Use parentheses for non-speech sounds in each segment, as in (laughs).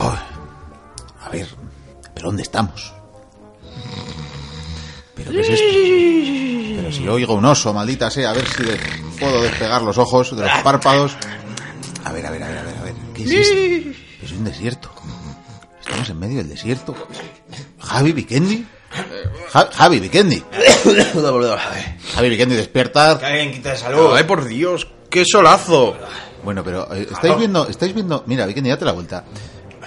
Ay, a ver, ¿pero dónde estamos? ¿Pero qué es esto? Pero si oigo un oso, maldita sea, a ver si de- puedo despegar los ojos de los párpados. A ver, a ver, a ver, a ver, a ver, ¿qué es esto? Es un desierto. Estamos en medio del desierto. Javi Vikendi. Ja- Javi Vikendi. Javi Vikendi, despierta. alguien quita salud. ¡Ay, por Dios! ¡Qué solazo! Bueno, pero eh, estáis viendo, estáis viendo, mira, Vikendi, date la vuelta.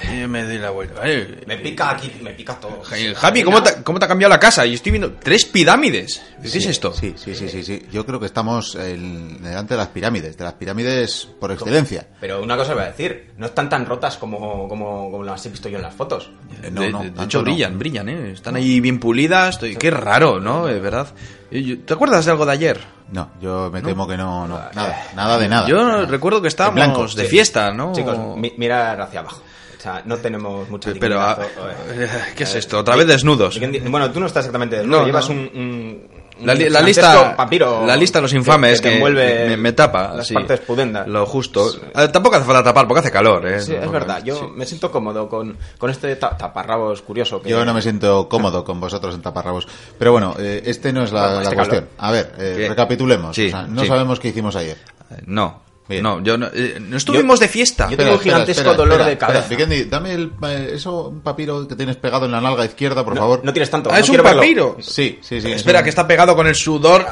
Eh, me doy la vuelta. Eh, Me pica aquí, me pica todo. eh, Javi, ¿cómo te, cómo te ha cambiado la casa? Yo estoy viendo tres pirámides. ¿Qué es esto? Sí, sí, sí, sí, sí. Yo creo que estamos en- delante de las pirámides, de las pirámides por excelencia. Pero una cosa voy a decir, no están tan rotas como, como, como las he visto yo en las fotos. Eh, De, no, no, de- de tanto hecho, no. brillan, brillan, ¿eh? Están ahí bien pulidas. Estoy- Qué raro, ¿no? Es verdad. Eh, yo- ¿Te acuerdas de algo de ayer? No, yo me temo que no, no. Nada, nada de nada. Yo recuerdo que estábamos blanco, de sí. fiesta, ¿no? Chicos, mi- mirar hacia abajo. O sea, no tenemos mucha Pero, dignidad, ah, o- o- eh, ¿qué es esto? Otra vez desnudos. Alguien di- Bueno, tú no estás exactamente desnudo, No, llevas no. un, un- La, li- un la lista, gigantesco papiro la lista de los infames que, que, te envuelve me, me tapa. las sí. partes pudendas. Lo justo. Ah, Tampoco hace falta tapar porque hace calor, ¿eh? Sí, es No, verdad, yo sí. me siento cómodo con, con este ta- taparrabos curioso. Que... Yo no me siento cómodo con vosotros en taparrabos. Pero bueno, eh, este no es la, Bueno, este la cuestión. calor. A ver, eh, ¿Qué? recapitulemos. Sí, O sea, no sí. sabemos qué hicimos ayer. Eh, No. Bien. No, yo no, eh, no estuvimos Yo- de fiesta. yo- tengo un gigantesco dolor de cabeza. Vikendi, dame el, eh, eso, un papiro que tienes pegado en la nalga izquierda, por favor. No tienes tanto. Ah, no es un quiero verlo. papiro. Sí, sí, sí. Espera, que está pegado con el sudor.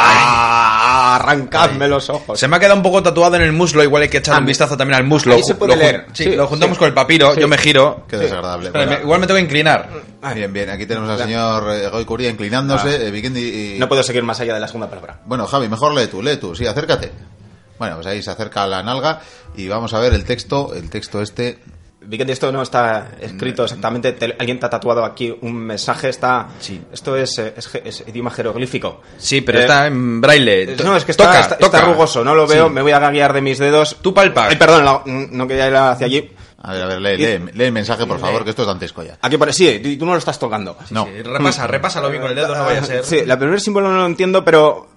Ah, arrancadme los ojos. Se me ha quedado un poco tatuado en el muslo, igual hay que echar Ah, un me- vistazo también al muslo. ahí se puede lo, jun- leer. sí, Sí, lo juntamos sí. con el papiro, yo me giro. Qué desagradable. Espera, Bueno, me- igual me tengo que inclinar. Bien, bien. Aquí tenemos al señor eh, Goy Curía inclinándose. Ah. eh, Vikendi y- No puedo seguir más allá de la segunda palabra. Bueno, Javi, mejor lee tú, lee tú, sí, acércate. Bueno, pues ahí se acerca la nalga y vamos a ver el texto, el texto este. Vi que esto no está Mm. escrito exactamente. te- alguien te ha tatuado aquí un mensaje. Está. Sí. Esto es, eh, es ge- es idioma jeroglífico. Sí, pero Eh, está en braille. No, es que está, toca, está- está toca. rugoso, no lo veo, Sí. me voy a guiar de mis dedos. Tú palpa. Ay, perdón, no, no quería ir hacia allí. A ver, a ver, lee, lee, lee el mensaje, por favor, que esto es dantesco ya. Aquí pone, sí, tú- tú no lo estás tocando. No. Mm. Sí, repasa, repásalo bien con el dedo, no vaya a ser. Sí, la primer símbolo no lo entiendo, pero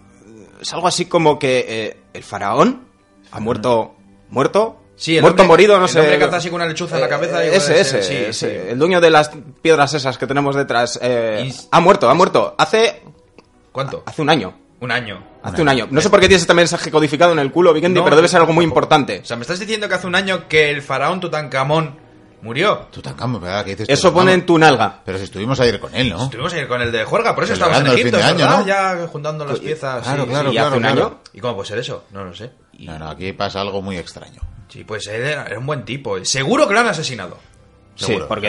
es algo así como que eh, el faraón ha muerto, muerto, Sí, el muerto hombre- morido, no el sé. Eh, hombre que anda así con una lechuza en la cabeza, igual ese, es el- ese, sí, ese, sí. el dueño de las piedras esas que tenemos detrás, eh, Ins- ha muerto, ha muerto, hace, ¿Cuánto? hace un año. Un año. Hace un año. No sé por qué tienes este mensaje codificado en el culo, Vikendi, No, pero debe ser algo muy tampoco. importante. O sea, me estás diciendo que hace un año que el faraón Tutankamón murió. Tutankamón, ¿verdad? ¿Qué dices? Eso pone en tu nalga. Pero si estuvimos ayer con él, ¿no? Estuvimos ahí con el de Juerga, por eso estábamos en Celebrando el Egipto, fin de es año, verdad, ¿no? ya juntando las piezas. claro, sí, claro, sí. y hace un claro. año. ¿Y cómo puede ser eso? No lo sé. No, no, aquí pasa algo muy extraño. Sí, pues él era, era un buen tipo. y Seguro que lo han asesinado. Seguro, sí, porque,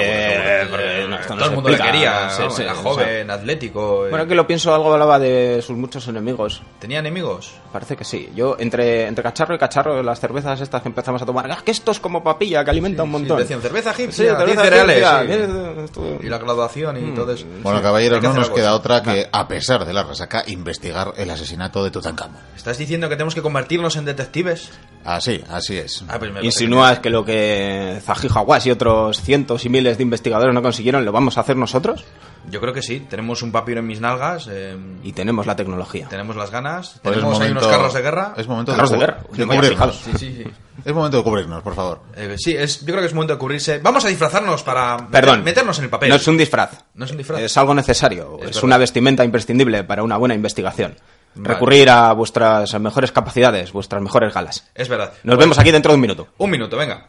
seguro, porque no, esto no Todo el se mundo le explica. quería. Sí, vamos, sí, era o sea. joven, atlético. eh. Bueno, que lo pienso, algo hablaba de sus muchos enemigos. ¿Tenía enemigos? Parece que sí. Yo, entre, entre cacharro y cacharro, las cervezas estas que empezamos a tomar, "Ah, que esto es como papilla, que alimenta un montón. Sí, decían cerveza, hip, Sí, cerveza, cereales. sí. hostia, eh, esto- Mm, Y la graduación y todo eso. Bueno, Sí, hay caballeros, que no hacer nos algo. queda otra que, a pesar de la resaca, investigar el asesinato de Tutankamón. ¿Estás diciendo que tenemos que convertirnos en detectives? Así, así es. Ah, pues me parece ¿Insinúas que lo que Zajijaguas y otros cientos y miles de investigadores no consiguieron lo vamos a hacer nosotros? que- Yo creo que sí. Tenemos un papiro en mis nalgas. eh, Y tenemos la tecnología. Tenemos las ganas. Pues es tenemos ahí unos momento- carros de guerra. Es momento Carros de, de cu- guerra. de No me había fijado. cubrirnos. Sí, sí, sí. Es momento de cubrirnos, por favor. Eh, sí, es, yo creo que es momento de cubrirse. Vamos a disfrazarnos para meter- Perdón. meternos en el papel. No es un disfraz. No es un disfraz. Es algo necesario. Es Es, verdad. una vestimenta imprescindible para una buena investigación. Vale. Recurrir a vuestras mejores capacidades, vuestras mejores galas. Es verdad. Pues Nos vemos aquí dentro de un minuto. Un minuto, venga.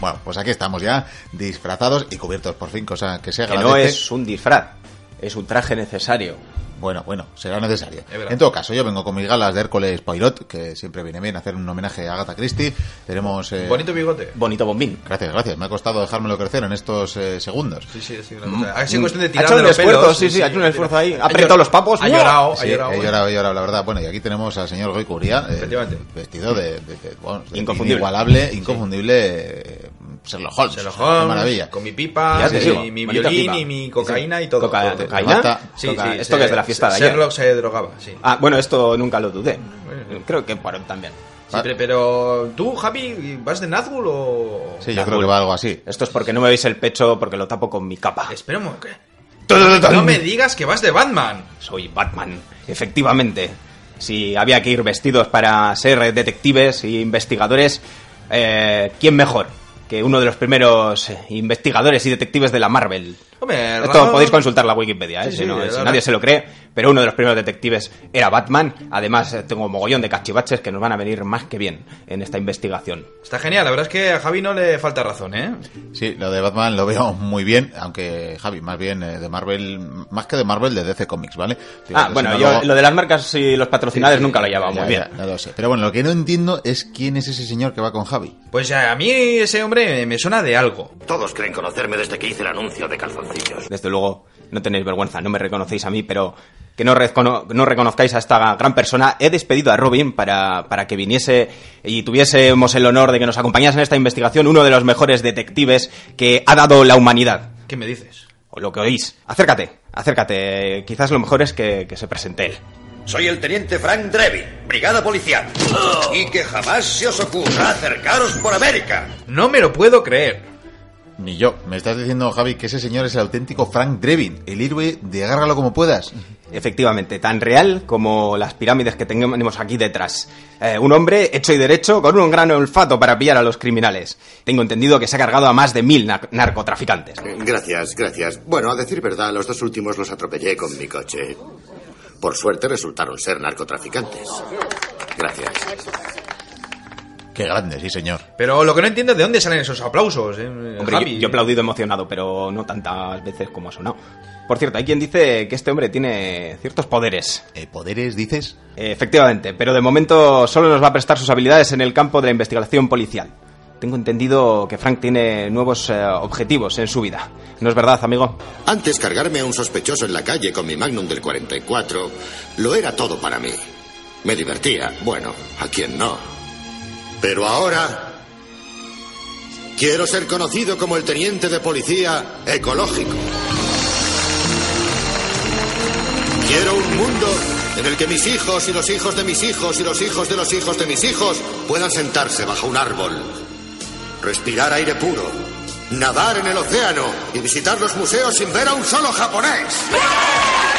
Bueno, pues aquí estamos ya, disfrazados y cubiertos por fin, cosa que se Que agradece. no es un disfraz. es un traje necesario. Bueno, bueno, será necesario. verdad. En todo caso, yo vengo con mis galas de Hércules Poirot, que siempre viene bien hacer un homenaje a Agatha Christie. Tenemos... eh, Bonito bigote. Bonito bombín. Gracias, gracias. Me ha costado dejármelo crecer en estos eh, segundos. Mm. Sí, sí, sí. una cosa. Ha sido cuestión de Ha tirar hecho de un los esfuerzo, pelos, sí, sí, ha hecho un tira. esfuerzo ahí. Ha apretado llor- los papos. Ha ¡Buah! llorado, ha Sí, llorado. he llorado, he llorado, la verdad. Bueno, y aquí tenemos al señor Goy Curia, eh, Efectivamente. vestido de, de- de- bueno, de Inconfundible. inigualable, inconfundible eh, Sherlock Holmes. Se lo jodan, Qué maravilla. Con mi pipa, Ya te y digo, mi maldita violín pipa. y mi cocaína Sí. y todo. Coca- todo, todo. cocaína, Mata. Sí, coca- sí, esto se- que es de la fiesta de ayer. Sherlock se drogaba, sí. Ah, bueno, esto nunca lo dudé. Creo que Poirot también. Vale. Siempre, pero tú, Javi, ¿vas de Nazgul o...? Sí, yo creo que va algo así. Esto es porque no me veis el pecho porque lo tapo con mi capa. Esperemos que... No me digas que vas de Batman. Soy Batman, efectivamente. Si había que ir vestidos para ser detectives e investigadores, eh, ¿quién mejor que uno de los primeros investigadores y detectives de la Marvel? Hombre, Esto Ramón- podéis consultar la Wikipedia, ¿eh? Sí, si, sí, no- la si verdad. nadie se lo cree, pero uno de los primeros detectives era Batman. Además, eh, tengo mogollón de cachivaches que nos van a venir más que bien en esta investigación. Está genial, la verdad es que a Javi no le falta razón, ¿eh? Sí, lo de Batman lo veo muy bien, aunque Javi, más bien eh, de Marvel, más que de Marvel, de DC Comics, ¿vale? Digo, Ah, si bueno, no, yo luego- lo de las marcas y los patrocinadores nunca lo he llevado Ya, muy bien. ya, ya lo sé. Pero bueno, lo que no entiendo es quién es ese señor que va con Javi. Pues a mí ese hombre me suena de algo. Todos creen conocerme desde que hice el anuncio de calzoncillos. Desde luego, no tenéis vergüenza, no me reconocéis a mí, pero que no, recono- no reconozcáis a esta gran persona. He despedido a Robin para, para que viniese y tuviésemos el honor de que nos acompañase en esta investigación uno de los mejores detectives que ha dado la humanidad. ¿Qué me dices? O lo que oís. Acércate, acércate. Quizás lo mejor es que, que se presente él. Soy el teniente Frank Drevy, brigada policial. Y que jamás se os ocurra acercaros por América. No me lo puedo creer. Ni yo. Me estás diciendo, Javi, que ese señor es el auténtico Frank Drebin, el héroe de agárralo como puedas. Efectivamente, tan real como las pirámides que tenemos aquí detrás. Eh, un hombre hecho y derecho con un gran olfato para pillar a los criminales. Tengo entendido que se ha cargado a más de mil nar- narcotraficantes. Eh, Gracias, gracias. Bueno, a decir verdad, los dos últimos los atropellé con mi coche. Por suerte resultaron ser narcotraficantes. Gracias. Qué grande, sí, señor. Pero lo que no entiendo es de dónde salen esos aplausos, ¿eh? Hombre, yo- Javi. yo, he aplaudido emocionado, pero no tantas veces como ha sonado. Por cierto, hay quien dice que este hombre tiene ciertos poderes. Eh, ¿Poderes, dices? Eh, Efectivamente, pero de momento solo nos va a prestar sus habilidades en el campo de la investigación policial. Tengo entendido que Frank tiene nuevos eh, objetivos en su vida. ¿No es verdad, amigo? Antes cargarme a un sospechoso en la calle con mi Magnum del 44, lo era todo para mí. Me divertía, bueno, a quién no. Pero ahora quiero ser conocido como el teniente de policía ecológico. Quiero un mundo en el que mis hijos y los hijos de mis hijos y los hijos de los hijos de mis hijos puedan sentarse bajo un árbol respirar aire puro, nadar en el océano y visitar los museos sin ver a un solo japonés. Eh,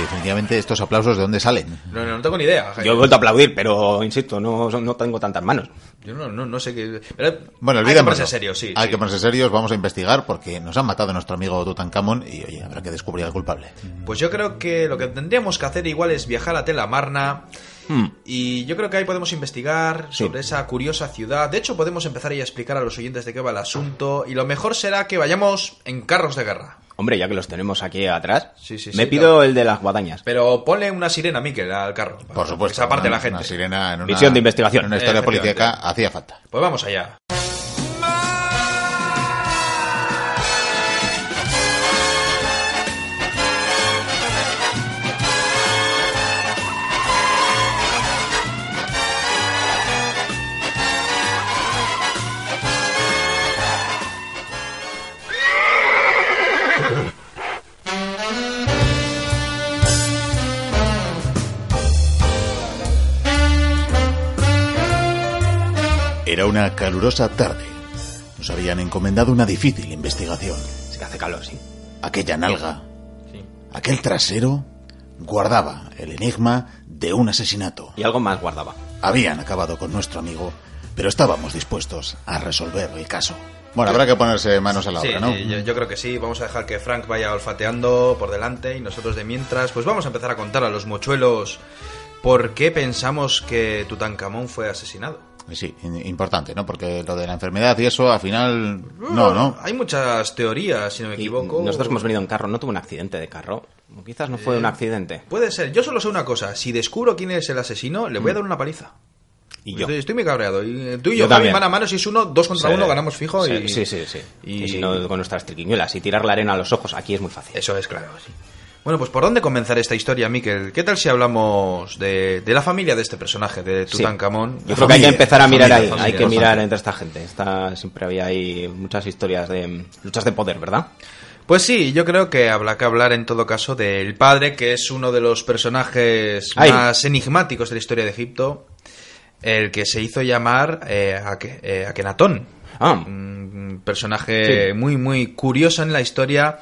Definitivamente, estos aplausos, ¿de dónde salen? No, no, no tengo ni idea. Javi. Yo he vuelto a aplaudir, pero insisto, no, no tengo tantas manos. Yo no, no, no sé qué. pero Bueno, Hay que olvidémoslo. ponerse serio, sí. Hay sí. que ponerse serios, vamos a investigar porque nos han matado a nuestro amigo Tutankamón y, oye, habrá que descubrir al culpable. Pues yo creo que lo que tendríamos que hacer igual es viajar a Telamarna. Hmm. Y yo creo que ahí podemos investigar Sí. sobre esa curiosa ciudad. De hecho, podemos empezar ya a explicar a los oyentes de qué va el asunto. Y lo mejor será que vayamos en carros de guerra. Hombre, ya que los tenemos aquí atrás, Sí, sí, me sí, pido claro. el de las guadañas. Pero ponle una sirena, Miquel, al carro. Por supuesto. Esa parte de una- la gente. Una sirena en una, Misión de investigación. Ah, en una historia Eh, policíaca hacía falta. Pues vamos allá. Era una calurosa tarde. Nos habían encomendado una difícil investigación. Sí que hace calor, sí. Aquella nalga, aquel trasero, guardaba el enigma de un asesinato. Y algo más guardaba. Habían acabado con nuestro amigo, pero estábamos dispuestos a resolver el caso. Bueno, habrá que ponerse manos a la Sí, obra, ¿no? sí, yo, yo creo que sí. Vamos a dejar que Frank vaya olfateando por delante y nosotros de mientras, pues vamos a empezar a contar a los mochuelos por qué pensamos que Tutankamón fue asesinado. Mm, Sí, in- importante, ¿no? Porque lo de la enfermedad y eso, al final, no, ¿no? Hay muchas teorías, si no me Y equivoco. Eh, Nosotros que hemos venido en carro, no tuvo un accidente de carro. O Quizás no fue un accidente. Puede ser. Yo solo sé una cosa. Si descubro quién es el asesino, le voy a dar una paliza. Mm. Y yo. Estoy, estoy muy cabreado. Y, eh, tú y Yo yo, Javi, también. mano a mano, si es uno, dos contra Sí. uno, ganamos fijo. Sí, y, sí, sí, sí. y- Y... si no, con nuestras triquiñuelas y tirar la arena a los ojos, aquí es muy fácil. Eso es, claro. sí. Bueno, pues ¿por dónde comenzar esta historia, Miquel? ¿Qué tal si hablamos de, de la familia de este personaje, de Sí. Tutankamón? Yo creo que hay que familia, empezar a familia, mirar ahí. familia, hay que por mirar favor. entre esta gente. Está, siempre había ahí muchas historias de mm, luchas de poder, ¿verdad? Pues sí, yo creo que habrá que hablar en todo caso del padre, que es uno de los personajes Ay. más enigmáticos de la historia de Egipto, el que se hizo llamar eh, Ake- eh, Akenatón. Ah, Un personaje muy, muy curioso en la historia.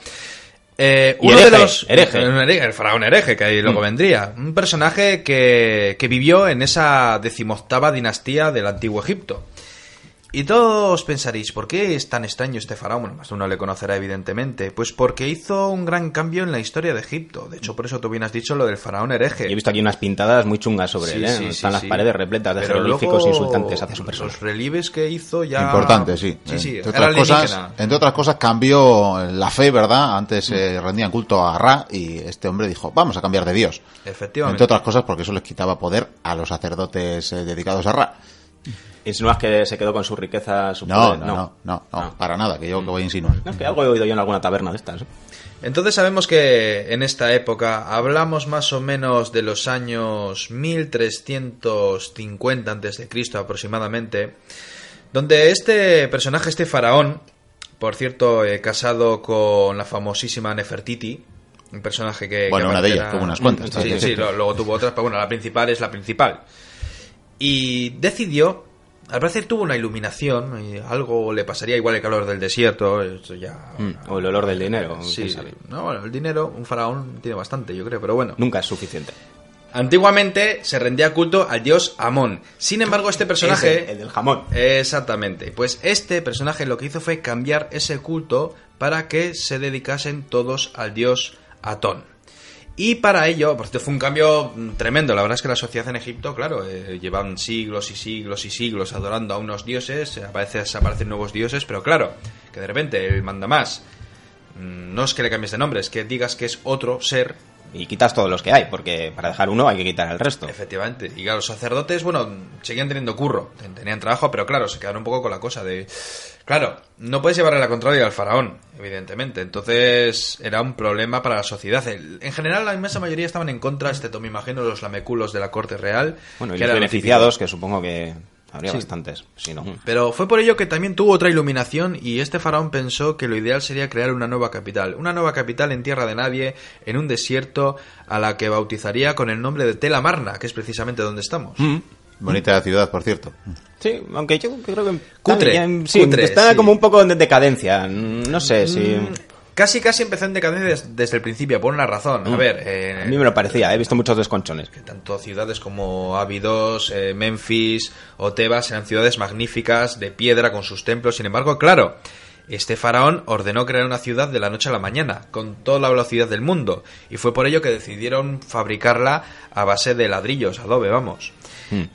Eh, Y uno de hereje, los. hereje. Mm. un hereje, El faraón hereje, que ahí luego vendría. Un personaje que, que vivió en esa decimoctava dinastía del antiguo Egipto. Y todos pensaréis, ¿por qué es tan extraño este faraón? Bueno, más de uno le conocerá, evidentemente. Pues porque hizo un gran cambio en la historia de Egipto. De hecho, por eso tú bien has dicho lo del faraón hereje. he visto aquí unas pintadas muy chungas sobre Sí, él, ¿eh? sí, sí, Están las sí. paredes repletas de Pero jeroglíficos luego, insultantes hacia su persona. Eh, Los relieves que hizo ya. Importante, sí. Sí, sí, entre, era otras cosas, alienígena. entre otras cosas, cambió la fe, ¿verdad? Antes Mm. eh, rendían culto a Ra y este hombre dijo, vamos a cambiar de Dios. Entre Efectivamente. otras cosas porque eso les quitaba poder a los sacerdotes eh, dedicados a Ra. ¿Insinúas que se quedó con su riqueza? Su No, poder? no, no, no, no, Ah. para nada, que yo lo voy a insinuar. No, es que algo he oído yo en alguna taberna de estas. ¿eh? Entonces sabemos que en esta época hablamos más o menos de los años 1350 antes de Cristo aproximadamente, donde este personaje, este faraón, por cierto, eh, casado con la famosísima Nefertiti, un personaje que Bueno, que una de ellas, aparecerá- tuvo unas cuantas, Sí, tengo que sí, decirte. lo- luego tuvo otras, pero bueno, la principal es la principal. Y decidió, al parecer tuvo una iluminación, y algo le pasaría igual el calor del desierto, esto ya Mm, O el olor del dinero. Sí, quién sabe. no, bueno, el dinero, un faraón tiene bastante, yo creo, pero bueno. Nunca es suficiente. Antiguamente se rendía culto al dios Amón. Sin embargo, este personaje. Ese, el del jamón. Exactamente. Pues este personaje lo que hizo fue cambiar ese culto para que se dedicasen todos al dios Atón. Y para ello, por cierto, fue un cambio mm, tremendo. La verdad es que la sociedad en Egipto, claro, eh, llevan siglos y siglos y siglos adorando a unos dioses, eh, a veces aparecen nuevos dioses, pero claro, que de repente el manda más. Mm, No es que le cambies de nombre, es que digas que es otro ser Y quitas todos los que hay, porque para dejar uno hay que quitar el resto. Efectivamente. Y claro, los sacerdotes, bueno, seguían teniendo curro, ten- tenían trabajo, pero claro, se quedaron un poco con la cosa de... Claro, no puedes llevarle la contraria al faraón, evidentemente. Entonces era un problema para la sociedad. El- en general, la inmensa mayoría estaban en contra, excepto, me imagino, los lameculos de la corte real. Bueno, y los que eran lo beneficiados, que supongo que habría Sí. Mm. bastantes. Si no. pero fue por ello que también tuvo otra iluminación y este faraón pensó que lo ideal sería crear una nueva capital, una nueva capital en tierra de nadie, en un desierto, a la que bautizaría con el nombre de Tela Marna, que es precisamente donde estamos. Bonita ciudad, por cierto. Sí, aunque yo creo que. Cutre, también, sí, cutre, está Eh, sí. Mm, como un poco en decadencia. No sé si. Casi, casi empezó en decadencia des- desde el principio, por una razón. A ver, eh, Mm. A mí me lo parecía, he visto muchos desconchones. que tanto ciudades como Abidos, eh, Memphis o Tebas eran ciudades magníficas de piedra con sus templos. Sin embargo, claro, este faraón ordenó crear una ciudad de la noche a la mañana, con toda la velocidad del mundo. Y fue por ello que decidieron fabricarla a base de ladrillos, adobe, vamos.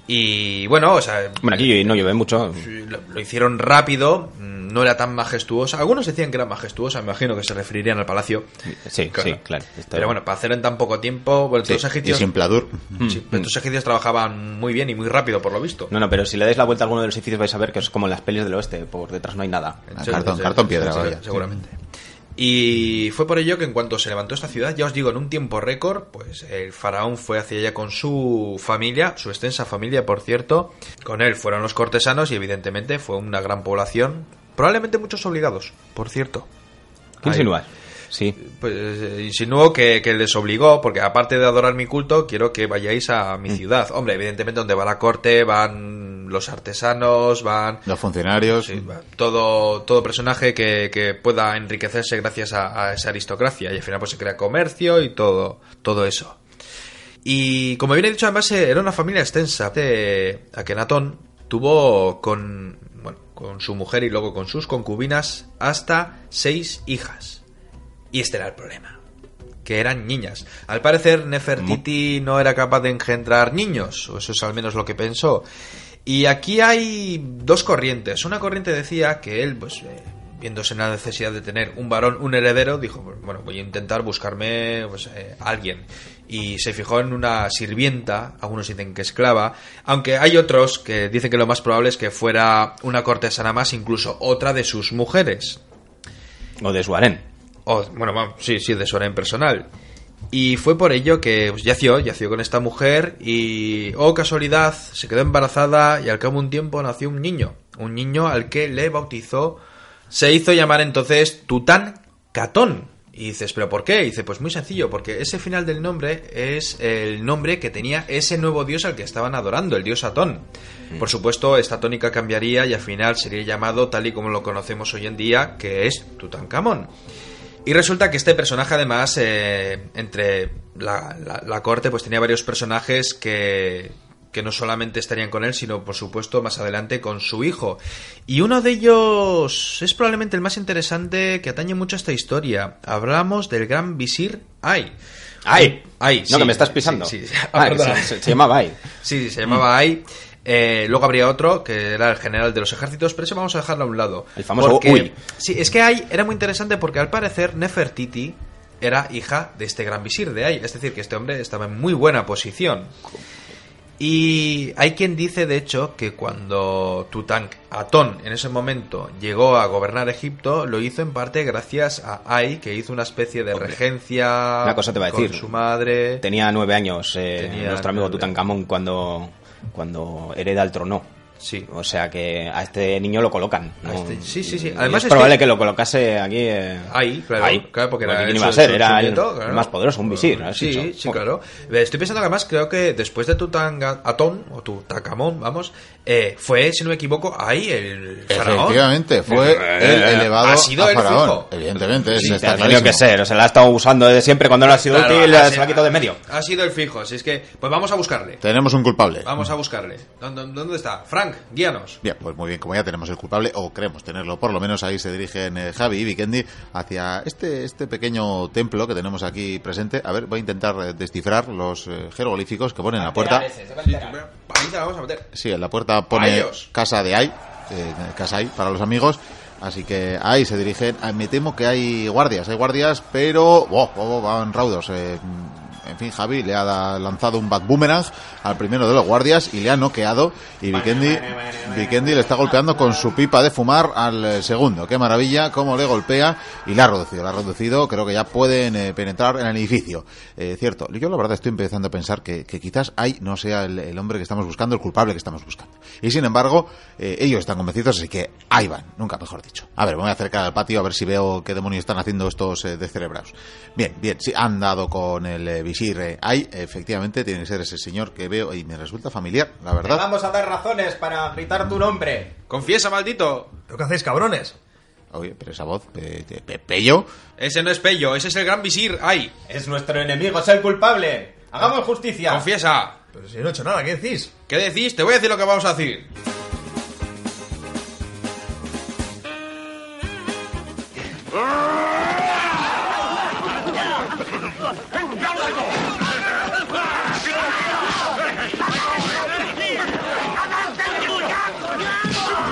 Y bueno, o sea... Mm. Bueno, aquí no llueve mucho. lo, lo hicieron rápido, mm, no era tan majestuosa. Algunos decían que era majestuosa, me imagino que se referirían al palacio. Sí, Claro. sí, claro. Está Pero bien. bueno, para hacerlo en tan poco tiempo, bueno, Sí, todos los y egipcios, Mm. sin Pladur. sí, pero todos los egipcios trabajaban muy bien y muy rápido, por lo visto. No, no, pero si le dais la vuelta a alguno de los edificios vais a ver que es como en las pelis del oeste, por detrás no hay nada. Ah, cartón- cartón piedra, vaya. Seguramente. Y fue por ello que en cuanto se levantó esta ciudad, ya os digo, en un tiempo récord, pues el faraón fue hacia allá con su familia, su extensa familia, por cierto. Con él fueron los cortesanos y evidentemente fue una gran población. Probablemente muchos obligados, por cierto. ¿Qué Ahí. insinúas? Sí. Pues eh, insinuó que, que les obligó, porque aparte de adorar mi culto, quiero que vayáis a Mm. mi ciudad. Hombre, evidentemente donde va la corte, van los artesanos, van Los funcionarios. Sí, va. todo, todo personaje que, que pueda enriquecerse gracias a, a esa aristocracia. Y al final pues se crea comercio y todo, todo eso. Y como bien he dicho, además eh, era una familia extensa. Este Akenatón tuvo con, bueno, con su mujer y luego con sus concubinas hasta seis hijas. Y este era el problema. Que eran niñas. Al parecer, Nefertiti no era capaz de engendrar niños. o eso es al menos lo que pensó. Y aquí hay dos corrientes. Una corriente decía que él, pues, eh, viéndose en la necesidad de tener un varón, un heredero, dijo, "Pues, bueno, voy a intentar buscarme pues, eh, alguien. Y se fijó en una sirvienta, algunos dicen que esclava, aunque hay otros que dicen que lo más probable es que fuera una cortesana más, incluso otra de sus mujeres. O de su harén. O, bueno, vamos, sí, sí, de su harén personal. Y fue por ello que pues, yació, yació con esta mujer y, oh casualidad, se quedó embarazada y al cabo de un tiempo nació un niño. Un niño al que le bautizó, se hizo llamar entonces Tután Catón. Y dices, ¿pero por qué? Y dice, pues muy sencillo, porque ese final del nombre es el nombre que tenía ese nuevo dios al que estaban adorando, el dios Atón. Mm. Por supuesto, esta tónica cambiaría y al final sería llamado tal y como lo conocemos hoy en día, que es Tutankamón. Y resulta que este personaje, además, eh, entre la, la- la corte, pues tenía varios personajes que, que no solamente estarían con él, sino, por supuesto, más adelante con su hijo. Y uno de ellos es probablemente el más interesante que atañe mucho a esta historia. Hablamos del gran visir Ay. ¡Ay! Ay, No, sí, que me estás pisando. sí, sí. Ah, (laughs) Ah, que perdona. se, se- se llamaba Ay. Sí, sí, se llamaba Ay. Eh, luego habría otro que era el general de los ejércitos, pero ese vamos a dejarlo a un lado. El famoso Porque- Uy. Sí, es que Ay era muy interesante porque al parecer Nefertiti era hija de este gran visir de Ay. Es decir, que este hombre estaba en muy buena posición. Y hay quien dice, de hecho, que cuando Tutank-Atón en ese momento llegó a gobernar Egipto, lo hizo en parte gracias a Ay, que hizo una especie de regencia una cosa te va a con decir. su madre. Tenía nueve años eh, Tenía nuestro amigo nueve. Tutankamón cuando, cuando hereda el trono. Sí. O sea que a este niño lo colocan. A este- sí, sí, sí. Y Además es es probable que- que... lo colocase aquí. eh, Ahí, claro, claro, porque era ¿quién su- iba a ser? su- Era su el, nieto, claro. el más poderoso, un visir. ¿no? Has Sí, dicho. sí, Bueno, claro. Eh, Estoy pensando que además creo que después de Tutangatón, o Tutacamón, vamos, eh, fue, si no me equivoco, ahí el faraón. Efectivamente, fue Eh, el elevado ha sido a el faraón. fijo. Evidentemente, Sí, ese está ha tenido clarísimo. que ser. O sea, la ha estado usando desde siempre cuando no ha sido Claro, útil, ha se sido- la ha quitado de medio. Ha sido el fijo, así es que, pues vamos a buscarle. Tenemos un culpable. Vamos a buscarle. ¿Dónde, dónde está? Frank, guíanos. Bien, pues muy bien, como ya tenemos el culpable, o creemos tenerlo, por lo menos ahí se dirigen eh, Javi y Vikendi hacia este, este pequeño templo que tenemos aquí presente. A ver, voy a intentar eh, descifrar los eh, jeroglíficos que ponen en la puerta. Ahí se la vamos a meter. Sí, en la puerta pone Ayos. casa de Ay, eh, casa Ay para los amigos. Así que ahí se dirigen. Ah, Me temo que hay guardias, hay guardias, pero oh, oh, van raudos. eh, en fin, Javi le ha da- lanzado un back boomerang al primero de los guardias y le ha noqueado. Y Vikendi, Vikendi le está golpeando con su pipa de fumar al eh, segundo. Qué maravilla, cómo le golpea y la ha reducido, la ha reducido. Creo que ya pueden eh, penetrar en el edificio. Eh, cierto, yo la verdad estoy empezando a pensar que, que quizás Ay no sea el, el hombre que estamos buscando, el culpable que estamos buscando. Y sin embargo, eh, ellos están convencidos, así que ahí van, nunca mejor dicho. A ver, me voy a acercar al patio a ver si veo qué demonios están haciendo estos eh, descerebrados. Bien, bien, sí, han dado con el eh, visir eh, Ay, efectivamente, tiene que ser ese señor que veo y me resulta familiar, la verdad. a dar razones para gritar tu nombre. Confiesa, maldito. ¿Pero qué hacéis, cabrones? Oye, pero esa voz, eh, de Pepello. Ese no es Pello, ese es el gran visir. Ay, Ah, Es nuestro enemigo, es el culpable. Hagamos justicia. confiesa. Pero si yo no he hecho nada, ¿qué decís? ¿Qué decís? Te voy a decir lo que vamos a decir. De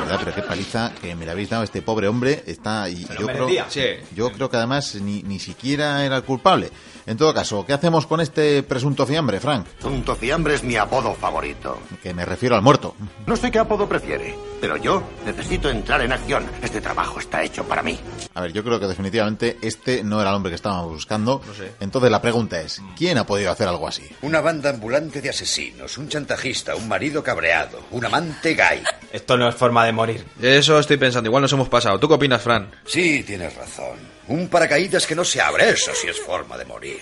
verdad, pero qué paliza que me la habéis dado a este pobre hombre. Está y lo yo creo, merecía. Sí. yo creo que además ni, ni siquiera era el culpable. En todo caso, ¿qué hacemos con este presunto fiambre, Frank? Punto Fiambre es mi apodo favorito. Que me refiero al muerto. No sé qué apodo prefiere, pero yo necesito entrar en acción. Este trabajo está hecho para mí. A ver, yo creo que definitivamente este no era el hombre que estábamos buscando. sé. Entonces la pregunta es, Mm. ¿quién ha podido hacer algo así? Una banda ambulante de asesinos, un chantajista, un marido cabreado, un amante gay. Esto no es forma de morir. Eso estoy pensando, igual nos hemos pasado. ¿Tú qué opinas, Fran? Sí, tienes razón. Un paracaídas que no se abre, eso sí es forma de morir.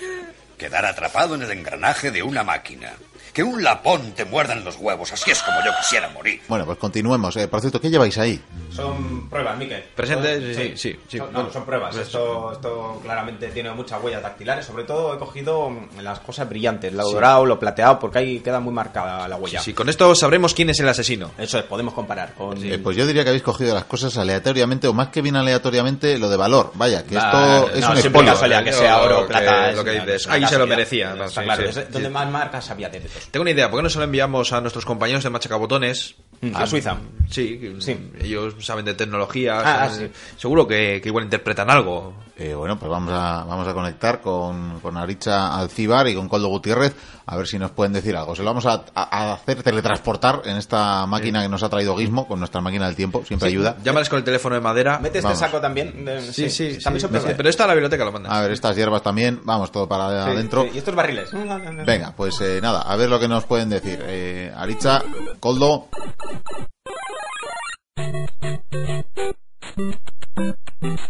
Quedar atrapado en el engranaje de una máquina. Que un lapón te muerda en los huevos, así es como yo quisiera morir. Bueno, pues continuemos. Eh, por cierto, ¿qué lleváis ahí? Son pruebas, Miquel. Presente, Son- sí, sí, sí, Son, no, bueno. pues son pruebas. Esto, esto claramente tiene muchas huellas dactilares. Sobre todo he cogido mm, las cosas brillantes, lo dorado, lo plateado, porque ahí queda muy marcada la Sí, huella. sí, con esto sabremos quién es el asesino. Eso es, podemos comparar con... Eh, pues yo diría que habéis cogido las cosas aleatoriamente, o más que bien aleatoriamente, lo de valor. Vaya, que Ah, no, esto es un siempre expolio. casualidad que Yo sea oro lo o plata. que- es lo que una- dices. una Ahí se lo casualidad. merecía, no, Está sí, claro, sí, es sí. donde más marcas había de todos. Tengo una idea, ¿por qué no se lo enviamos a nuestros compañeros de Machacabotones Mm, A Suiza. Sí, que- Sí. ellos saben de tecnología. Ah, saben- Seguro que, que igual interpretan algo. Eh, bueno, pues vamos a, vamos a conectar con, con Aricha Alcibar y con Coldo Gutiérrez a ver si nos pueden decir algo. Se lo vamos a, a- a hacer teletransportar en esta máquina que nos ha traído Gizmo, con nuestra máquina del tiempo, siempre ayuda. Llámales con el teléfono de madera. Mete este Vamos. saco también. de- Sí, sí, sí. También se puede. No sé, Pero está a la biblioteca, lo A mandan. ver, estas hierbas también, vamos, todo para Sí, adentro. sí. Y estos barriles. Ah, Venga, pues eh, nada, a ver lo que nos pueden decir. Eh, Aricha, Coldo,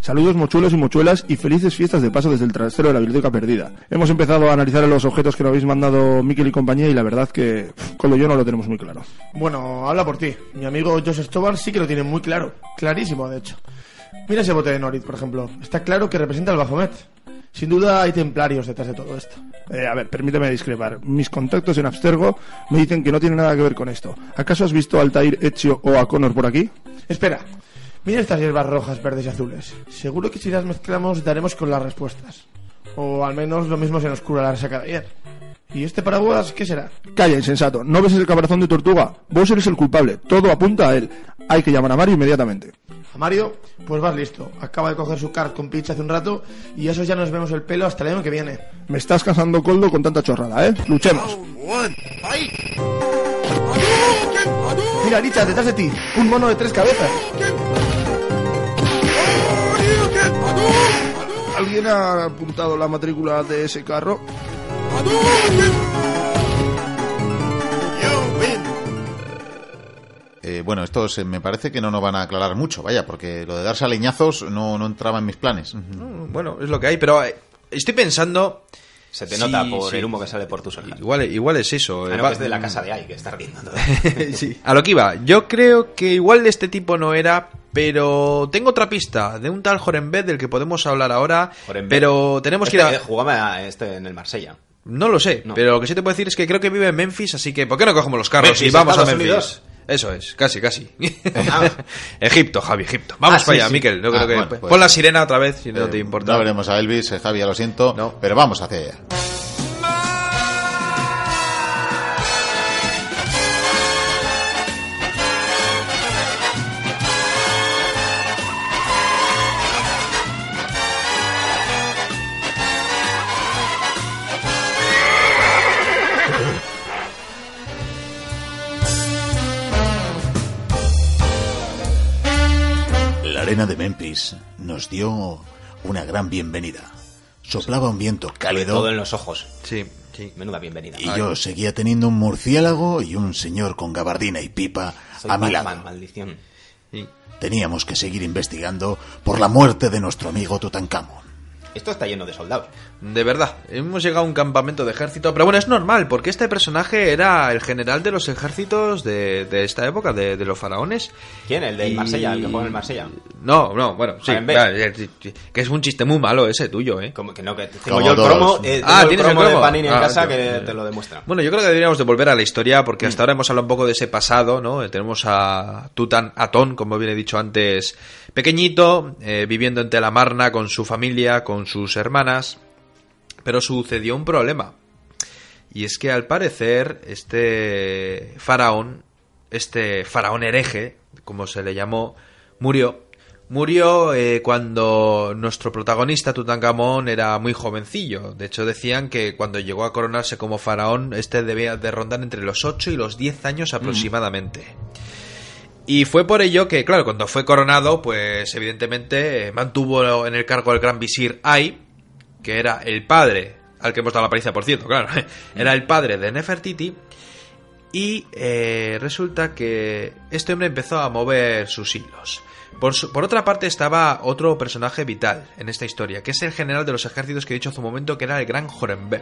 Saludos mochuelos y mochuelas y felices fiestas de paso desde el trasero de la biblioteca perdida. Hemos empezado a analizar los objetos que nos habéis mandado Miquel y compañía y la verdad que pff, con lo yo no lo tenemos muy claro. Bueno, habla por ti. Mi amigo Joseph Tobar sí que lo tiene muy claro. Clarísimo, de hecho. Mira ese bote de Norit, por ejemplo. Está claro que representa al Bafomet. Sin duda hay templarios detrás de todo esto. Eh, a ver, permíteme discrepar. Mis contactos en Abstergo me dicen que no tiene nada que ver con esto. ¿Acaso has visto a Altair, Ezio o a Connor por aquí? Espera. Mira estas hierbas rojas, verdes y azules. Seguro que si las mezclamos daremos con las respuestas. O al menos lo mismo se nos cura la resaca de ayer. ¿Y este paraguas qué será? Calla, insensato. ¿No ves el caparazón de tortuga? Vos eres el culpable. Todo apunta a él. Hay que llamar a Mario inmediatamente. A Mario, pues vas listo. Acaba de coger su card con pizza hace un rato y eso ya nos vemos el pelo hasta el año que viene. Me estás cansando coldo con tanta chorrada, ¿eh? Luchemos. Mira, Licha, detrás de ti, un mono de tres cabezas. ¿Alguien ha apuntado la matrícula de ese carro? eh, bueno, estos eh, me parece que no nos van a aclarar mucho, vaya, porque lo de darse a leñazos no, no entraba en mis planes. Bueno, es lo que hay, pero eh, estoy pensando. Mm, Se te Sí, nota por sí. el humo que sale por tus orejas. Igual, igual es eso. Ah, eh, no, va- que es de la casa de Ay, que está riendo todo. (laughs) Sí. A lo que iba, yo creo que igual de este tipo no era, pero tengo otra pista de un tal Jorenbet del que podemos hablar ahora, Jorenbet. pero tenemos Este que ir a... Jugaba a este en el Marsella. No lo sé, No. pero lo que sí te puedo decir es que creo que vive en Memphis, así que ¿por qué no cogemos los carros Memphis, y vamos a Estados Memphis? Unidos. Eso es, (laughs) casi, casi. (laughs) Egipto, Javi, Egipto. Vamos Ah, para sí, allá, sí. Miquel. no creo Ah, que- bueno, pues- Pon la sirena otra vez, si no Eh, te importa. No veremos a Elvis, eh, Javi, ya lo siento, No. pero vamos hacia ella. La arena de Memphis nos dio una gran bienvenida. Soplaba un viento Todo cálido en los ojos. Sí, sí. Menuda bienvenida. y yo seguía teniendo un murciélago y un señor con gabardina y pipa Soy a mi Batman, lado. maldición. sí. Teníamos que seguir investigando por la muerte de nuestro amigo Tutankamón. Esto está lleno de soldados. De verdad, hemos llegado a un campamento de ejército, pero bueno, es normal, porque este personaje era el general de los ejércitos de, de esta época, de, de los faraones. ¿Quién? ¿El del Y- Marsella? ¿El que juega en el Marsella? No, no, bueno, sí, Jarenbe. vale, eh, sí, sí, que es un chiste muy malo ese tuyo, ¿eh? Como que no, que tengo Como yo el todos. promo. eh, tengo Ah, el ¿tienes el promo de promo? Panini en Ah, casa tío. que te lo demuestra. Bueno, yo creo que deberíamos de volver a la historia, Mm. porque hasta ahora hemos hablado un poco de ese pasado, ¿no? Eh, Tenemos a Tutan Atón, como bien he dicho antes, pequeñito, eh, viviendo en Telamarna con su familia, con sus hermanas, pero sucedió un problema. Y es que al parecer, este faraón, este faraón hereje, como se le llamó, murió. Murió eh, cuando nuestro protagonista, Tutankamón, era muy jovencillo. De hecho, decían que cuando llegó a coronarse como faraón, este debía de rondar entre los 8 y los 10 años aproximadamente. Y fue por ello que, claro, cuando fue coronado, pues evidentemente eh, mantuvo en el cargo al gran visir Ai, que era el padre, al que hemos dado la paliza, por cierto, claro, ¿eh? era el padre de Nefertiti. Y eh, resulta que este hombre empezó a mover sus hilos. Por, su- por otra parte estaba otro personaje vital en esta historia, que es el general de los ejércitos que he dicho hace un momento, que era el gran Jorenbev,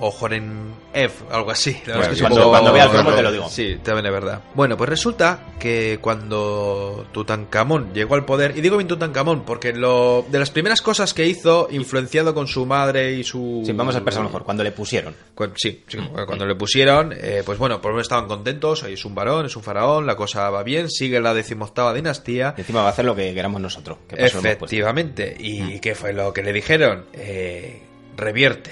o Jorenev, algo así. La verdad es que es un cuando, poco- cuando vea el Claro. promo te lo digo. Sí, también es verdad. Bueno, pues resulta que cuando Tutankamón llegó al poder, y digo bien Tutankamón, porque lo de las primeras cosas que hizo, influenciado con su madre y su... Sí, vamos a expresarlo mejor. Cuando le pusieron. Cu- sí, sí, cuando le pusieron, eh, pues bueno, por lo menos estaban contentos, ahí es un varón, es un faraón, la cosa va bien, sigue la decimoctava dinastía. Y encima va a hacer lo que queramos nosotros. que para eso lo hemos puesto. Efectivamente. Mm. ¿Y qué fue lo que le dijeron? Eh, revierte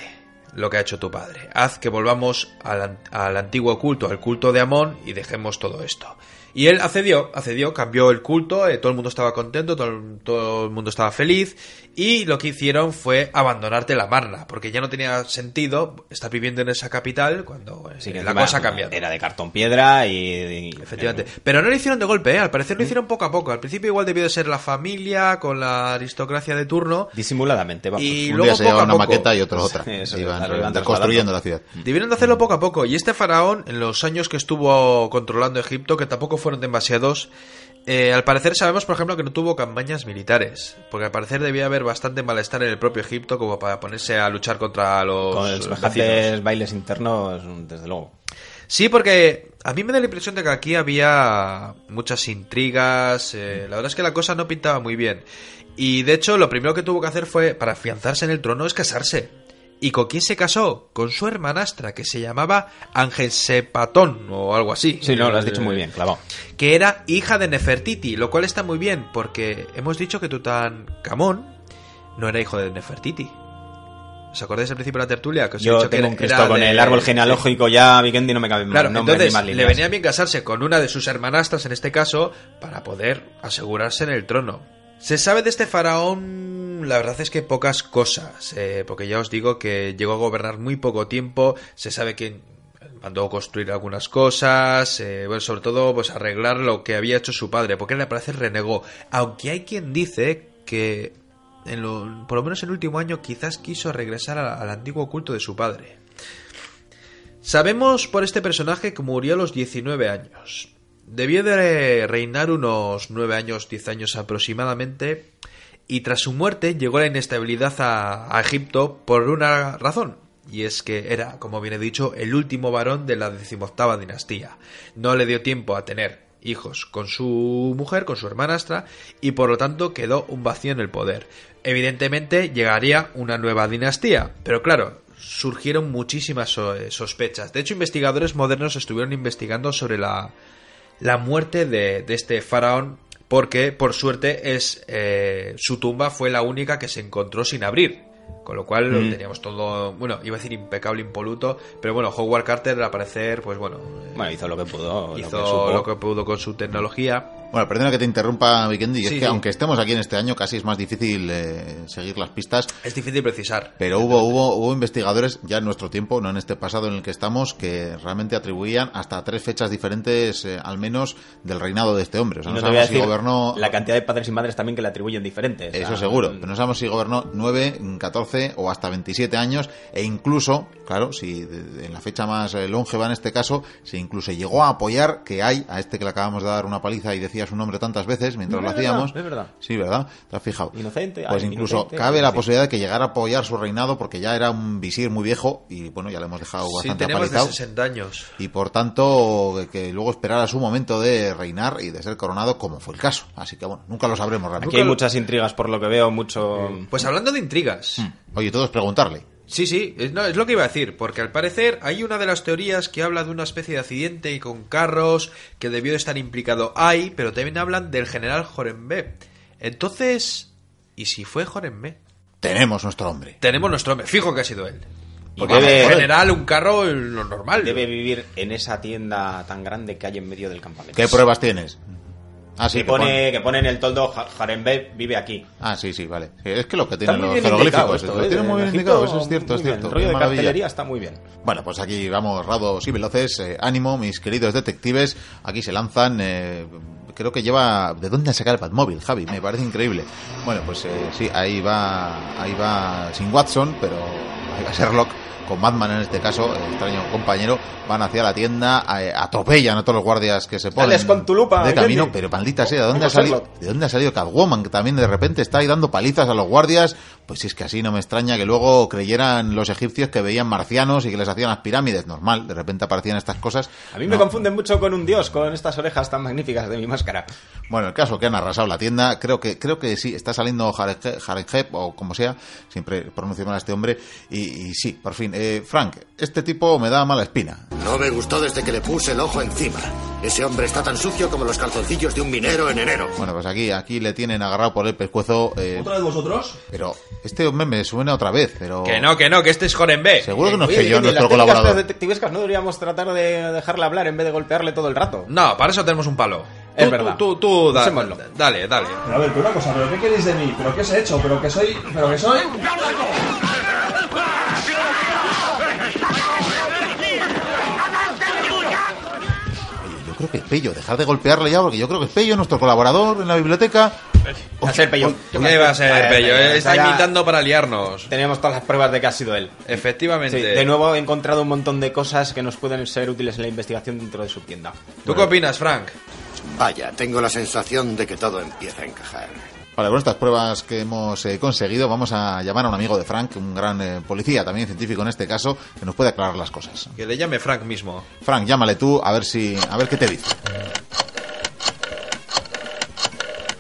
lo que ha hecho tu padre. Haz que volvamos al, an- al antiguo culto, al culto de Amón, y dejemos todo esto. Y él accedió, accedió, cambió el culto, eh, todo el mundo estaba contento, todo el, todo el mundo estaba feliz, y lo que hicieron fue abandonarte la Marna, porque ya no tenía sentido estar viviendo en esa capital cuando eh, Sí, que la encima cosa ha cambiado. Era de cartón piedra y. y- Efectivamente. Pero no lo hicieron de golpe, ¿eh? Al parecer lo hicieron poco a poco. Al principio igual debió de ser la familia, con la aristocracia de turno. Disimuladamente, vamos. Y Un luego día se llevaba poco una a poco. maqueta y otro otra. Sí, eso, Y claro, van iban reconstruyendo la ciudad. Debieron de hacerlo poco a poco. Y este faraón, en los años que estuvo controlando Egipto, que tampoco fueron demasiados, eh, al parecer sabemos, por ejemplo, que no tuvo campañas militares. Porque al parecer debía haber bastante malestar en el propio Egipto como para ponerse a luchar contra Pues, los Con los vecinos. bajantes bailes internos, desde luego. Sí, porque a mí me da la impresión de que aquí había muchas intrigas. eh, la verdad es que la cosa no pintaba muy bien. Y de hecho, lo primero que tuvo que hacer fue, para afianzarse en el trono, es casarse. ¿Y con quién se casó? Con su hermanastra, que se llamaba Ángel Sepatón o algo así. Sí, no, lo has dicho muy bien, clavado. Que era hija de Nefertiti, lo cual está muy bien, porque hemos dicho que Tutankamón no era hijo de Nefertiti. ¿Os acordáis al principio de la tertulia? Que os he Yo dicho que tengo era- un Cristo era con de- el árbol genealógico ya, Vikendi, no me cabe Claro, más nombre ni entonces más le líneas. venía bien casarse con una de sus hermanastras, en este caso, para poder asegurarse en el trono. Se sabe de este faraón, la verdad es que pocas cosas, eh, porque ya os digo que llegó a gobernar muy poco tiempo, se sabe que mandó construir algunas cosas, eh, bueno, sobre todo pues arreglar lo que había hecho su padre, porque él al parecer renegó, aunque hay quien dice que en lo- por lo menos en el último año quizás quiso regresar a- al antiguo culto de su padre. Sabemos por este personaje que murió a los 19 años. Debió de reinar unos 9 años, 10 años aproximadamente, y tras su muerte llegó la inestabilidad a, a Egipto por una razón, y es que era, como bien he dicho, el último varón de la decimoctava dinastía. No le dio tiempo a tener hijos con su mujer, con su hermanastra, y por lo tanto quedó un vacío en el poder. Evidentemente llegaría una nueva dinastía, pero claro, surgieron muchísimas so- eh, sospechas. De hecho, investigadores modernos estuvieron investigando sobre la, la muerte de, de este faraón porque, por suerte, es eh, su tumba fue la única que se encontró sin abrir. Con lo cual Mm. lo teníamos todo, bueno, iba a decir impecable, impoluto, pero bueno, Howard Carter al parecer, pues bueno, eh, Bueno, hizo lo que pudo. hizo lo que supo. lo que pudo con su tecnología. Bueno, perdona que te interrumpa, Vikendi. y es Sí, que sí. aunque estemos aquí en este año, casi es más difícil eh, seguir las pistas. Es difícil precisar. Pero hubo, hubo, hubo investigadores, ya en nuestro tiempo, no en este pasado en el que estamos, que realmente atribuían hasta tres fechas diferentes, eh, al menos, del reinado de este hombre. O Y sea, no no, te voy a sabemos si decir gobernó. la cantidad de padres y madres también que le atribuyen diferentes. Eso Ah, seguro, pero no sabemos si gobernó 9, 14 o hasta 27 años e incluso, claro, si de- de- en la fecha más eh, longeva en este caso, si incluso llegó a apoyar que hay a este que le acabamos de dar una paliza y decía su nombre tantas veces mientras No, lo es verdad, hacíamos. es verdad. Sí, ¿verdad? ¿Te has fijado? Inocente, Pues ah, incluso inocente, cabe la sí. posibilidad de que llegara a apoyar su reinado porque ya era un visir muy viejo y bueno, ya le hemos dejado Sí, bastante tenemos de apalizado. 60 años. Y por tanto, que- que luego esperara su momento de reinar y de ser coronado, como fue el caso. Así que bueno, nunca lo sabremos realmente. Aquí hay muchas intrigas por lo que veo, mucho. Pues hablando de intrigas, Oye, todo es preguntarle. Sí, sí, es, no, es lo que iba a decir, porque al parecer hay una de las teorías que habla de una especie de accidente y con carros que debió de estar implicado ahí, pero también hablan del general Jorenbe. Entonces, ¿y si fue Jorenbe? Tenemos nuestro hombre. Tenemos nuestro hombre, fijo que ha sido él. Y Porque debe- en general un carro lo normal. Debe vivir en esa tienda tan grande que hay en medio del campamento. ¿Qué pruebas tienes? Ah, sí, Que que pone... pone, que pone en el toldo "Ja- Jarembe vive aquí. Ah, sí, sí, vale. Sí, Es que lo que Está tienen muy los bien indicado jeroglíficos. esto, lo ¿eh? tienen En muy bien Egipto, indicado, eso es cierto, muy es bien. cierto. El rollo Qué de maravilla. cartelería está muy bien. Bueno, pues aquí vamos rados y veloces. eh, ánimo, mis queridos detectives. Aquí se lanzan. eh, creo que lleva. ¿De dónde han sacado el Batmóvil, Javi? Me parece increíble. Bueno, pues eh, sí, ahí va. Ahí va sin Watson, pero ahí va Sherlock. Con Batman en este caso, eh, extraño compañero, van hacia la tienda, eh, atropellan a todos los guardias que se ponen Dales con tu lupa, Pues, ¿eh? de camino, Jenny. pero maldita sea, ¿de dónde, Como ha salido, Sherlock. ¿de dónde ha salido Catwoman? Que también de repente está ahí dando palizas a los guardias. Pues es que así no me extraña que luego creyeran los egipcios que veían marcianos y que les hacían las pirámides. Normal, de repente aparecían estas cosas. A mí No. me confunden mucho con un dios, con estas orejas tan magníficas de mi máscara. Bueno, el caso que han arrasado la tienda, creo que creo que sí, está saliendo Jarenjep o como sea, siempre pronuncio mal a este hombre, y, y sí, por fin. Eh, Frank, este tipo me da mala espina. No me gustó desde que le puse el ojo encima. Ese hombre está tan sucio como los calzoncillos de un minero en enero. Bueno, pues aquí, aquí le tienen agarrado por el pescuezo. eh, ¿Otra vez vosotros? pero este meme suena otra vez, pero. Que no, que no, que este es Joren B. Seguro que no es Oye, que yo, Vicente, nuestro las técnicas colaborador. detectivescas no deberíamos tratar de dejarle hablar en vez de golpearle todo el rato. No, para eso tenemos un palo. Es Tú- verdad. Tú, tú, tú da- Hacémoslo. dale, dale. Pero a ver, pero una cosa, ¿pero qué queréis de mí? ¿Pero qué os he hecho? ¿Pero que soy? ¿Pero que soy? Oye, Yo creo que es Pello, dejad de golpearle ya, porque yo creo que es Pello, nuestro colaborador en la biblioteca. Va a ser Pello. ¿Qué va a ser, Vale, Pello? Pello, Está ya imitando para liarnos. Tenemos todas las pruebas de que ha sido él. Efectivamente. Sí, de nuevo he encontrado un montón de cosas que nos pueden ser útiles en la investigación dentro de su tienda. ¿Tú qué opinas, Frank? Vaya, tengo la sensación de que todo empieza a encajar. Vale, con estas pruebas que hemos eh, conseguido, vamos a llamar a un amigo de Frank, un gran eh, policía, también científico en este caso, que nos puede aclarar las cosas. Que le llame Frank mismo. Frank, llámale tú, a ver si. a ver qué te dice.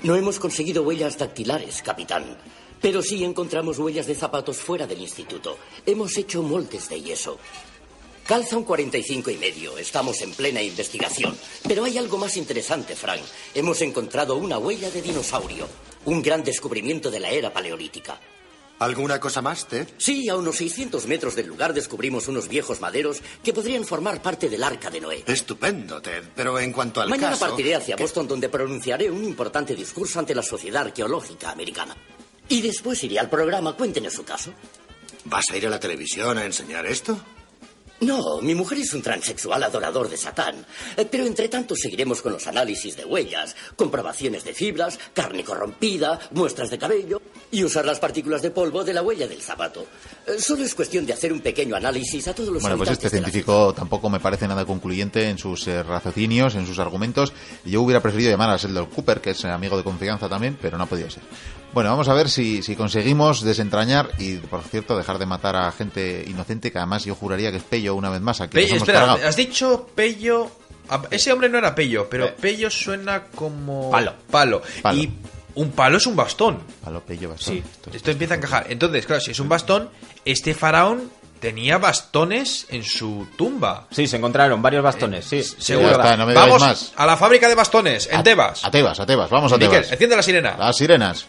No hemos conseguido huellas dactilares, capitán. Pero sí encontramos huellas de zapatos fuera del instituto. Hemos hecho moldes de yeso. Calza un 45 y medio. Estamos en plena investigación. Pero hay algo más interesante, Frank. Hemos encontrado una huella de dinosaurio. Un gran descubrimiento de la era paleolítica. ¿Alguna cosa más, Ted? Sí, a unos 600 metros del lugar descubrimos unos viejos maderos que podrían formar parte del arca de Noé. Estupendo, Ted. Pero en cuanto al Mañana caso... partiré hacia Boston donde pronunciaré un importante discurso ante la Sociedad Arqueológica Americana. Y después iré al programa Cuéntenos su caso. ¿Vas a ir a la televisión a enseñar esto? No, mi mujer es un transexual adorador de Satán. Eh, Pero entre tanto seguiremos con los análisis de huellas, comprobaciones de fibras, carne corrompida, muestras de cabello y usar las partículas de polvo de la huella del zapato. Eh, Solo es cuestión de hacer un pequeño análisis a todos los Bueno, pues este habitantes de la científico tampoco me parece nada concluyente en sus eh, raciocinios, en sus argumentos. Y Yo hubiera preferido llamar a Sheldon Cooper, que es eh, amigo de confianza también, pero no ha podido ser. Bueno, vamos a ver si, si conseguimos desentrañar y, por cierto, dejar de matar a gente inocente, que además yo juraría que es Pello una vez más. Aquí nos Pello, hemos espera, cargado. has dicho Pello. a- Ese hombre no era Pello, pero Eh. Pello suena como. Palo. Palo. Palo. Y un palo es un bastón. Palo, Pello, bastón. Sí, Esto- esto empieza a encajar. Entonces, claro, si es un bastón, este faraón tenía bastones en su tumba. Eh, Sí, se encontraron varios bastones, sí. Seguro. ya está, no me digáis Vamos más. a la fábrica de bastones, en Tebas. A Tebas, a Tebas, vamos a Miquel, Tebas. enciende la sirena. Las sirenas.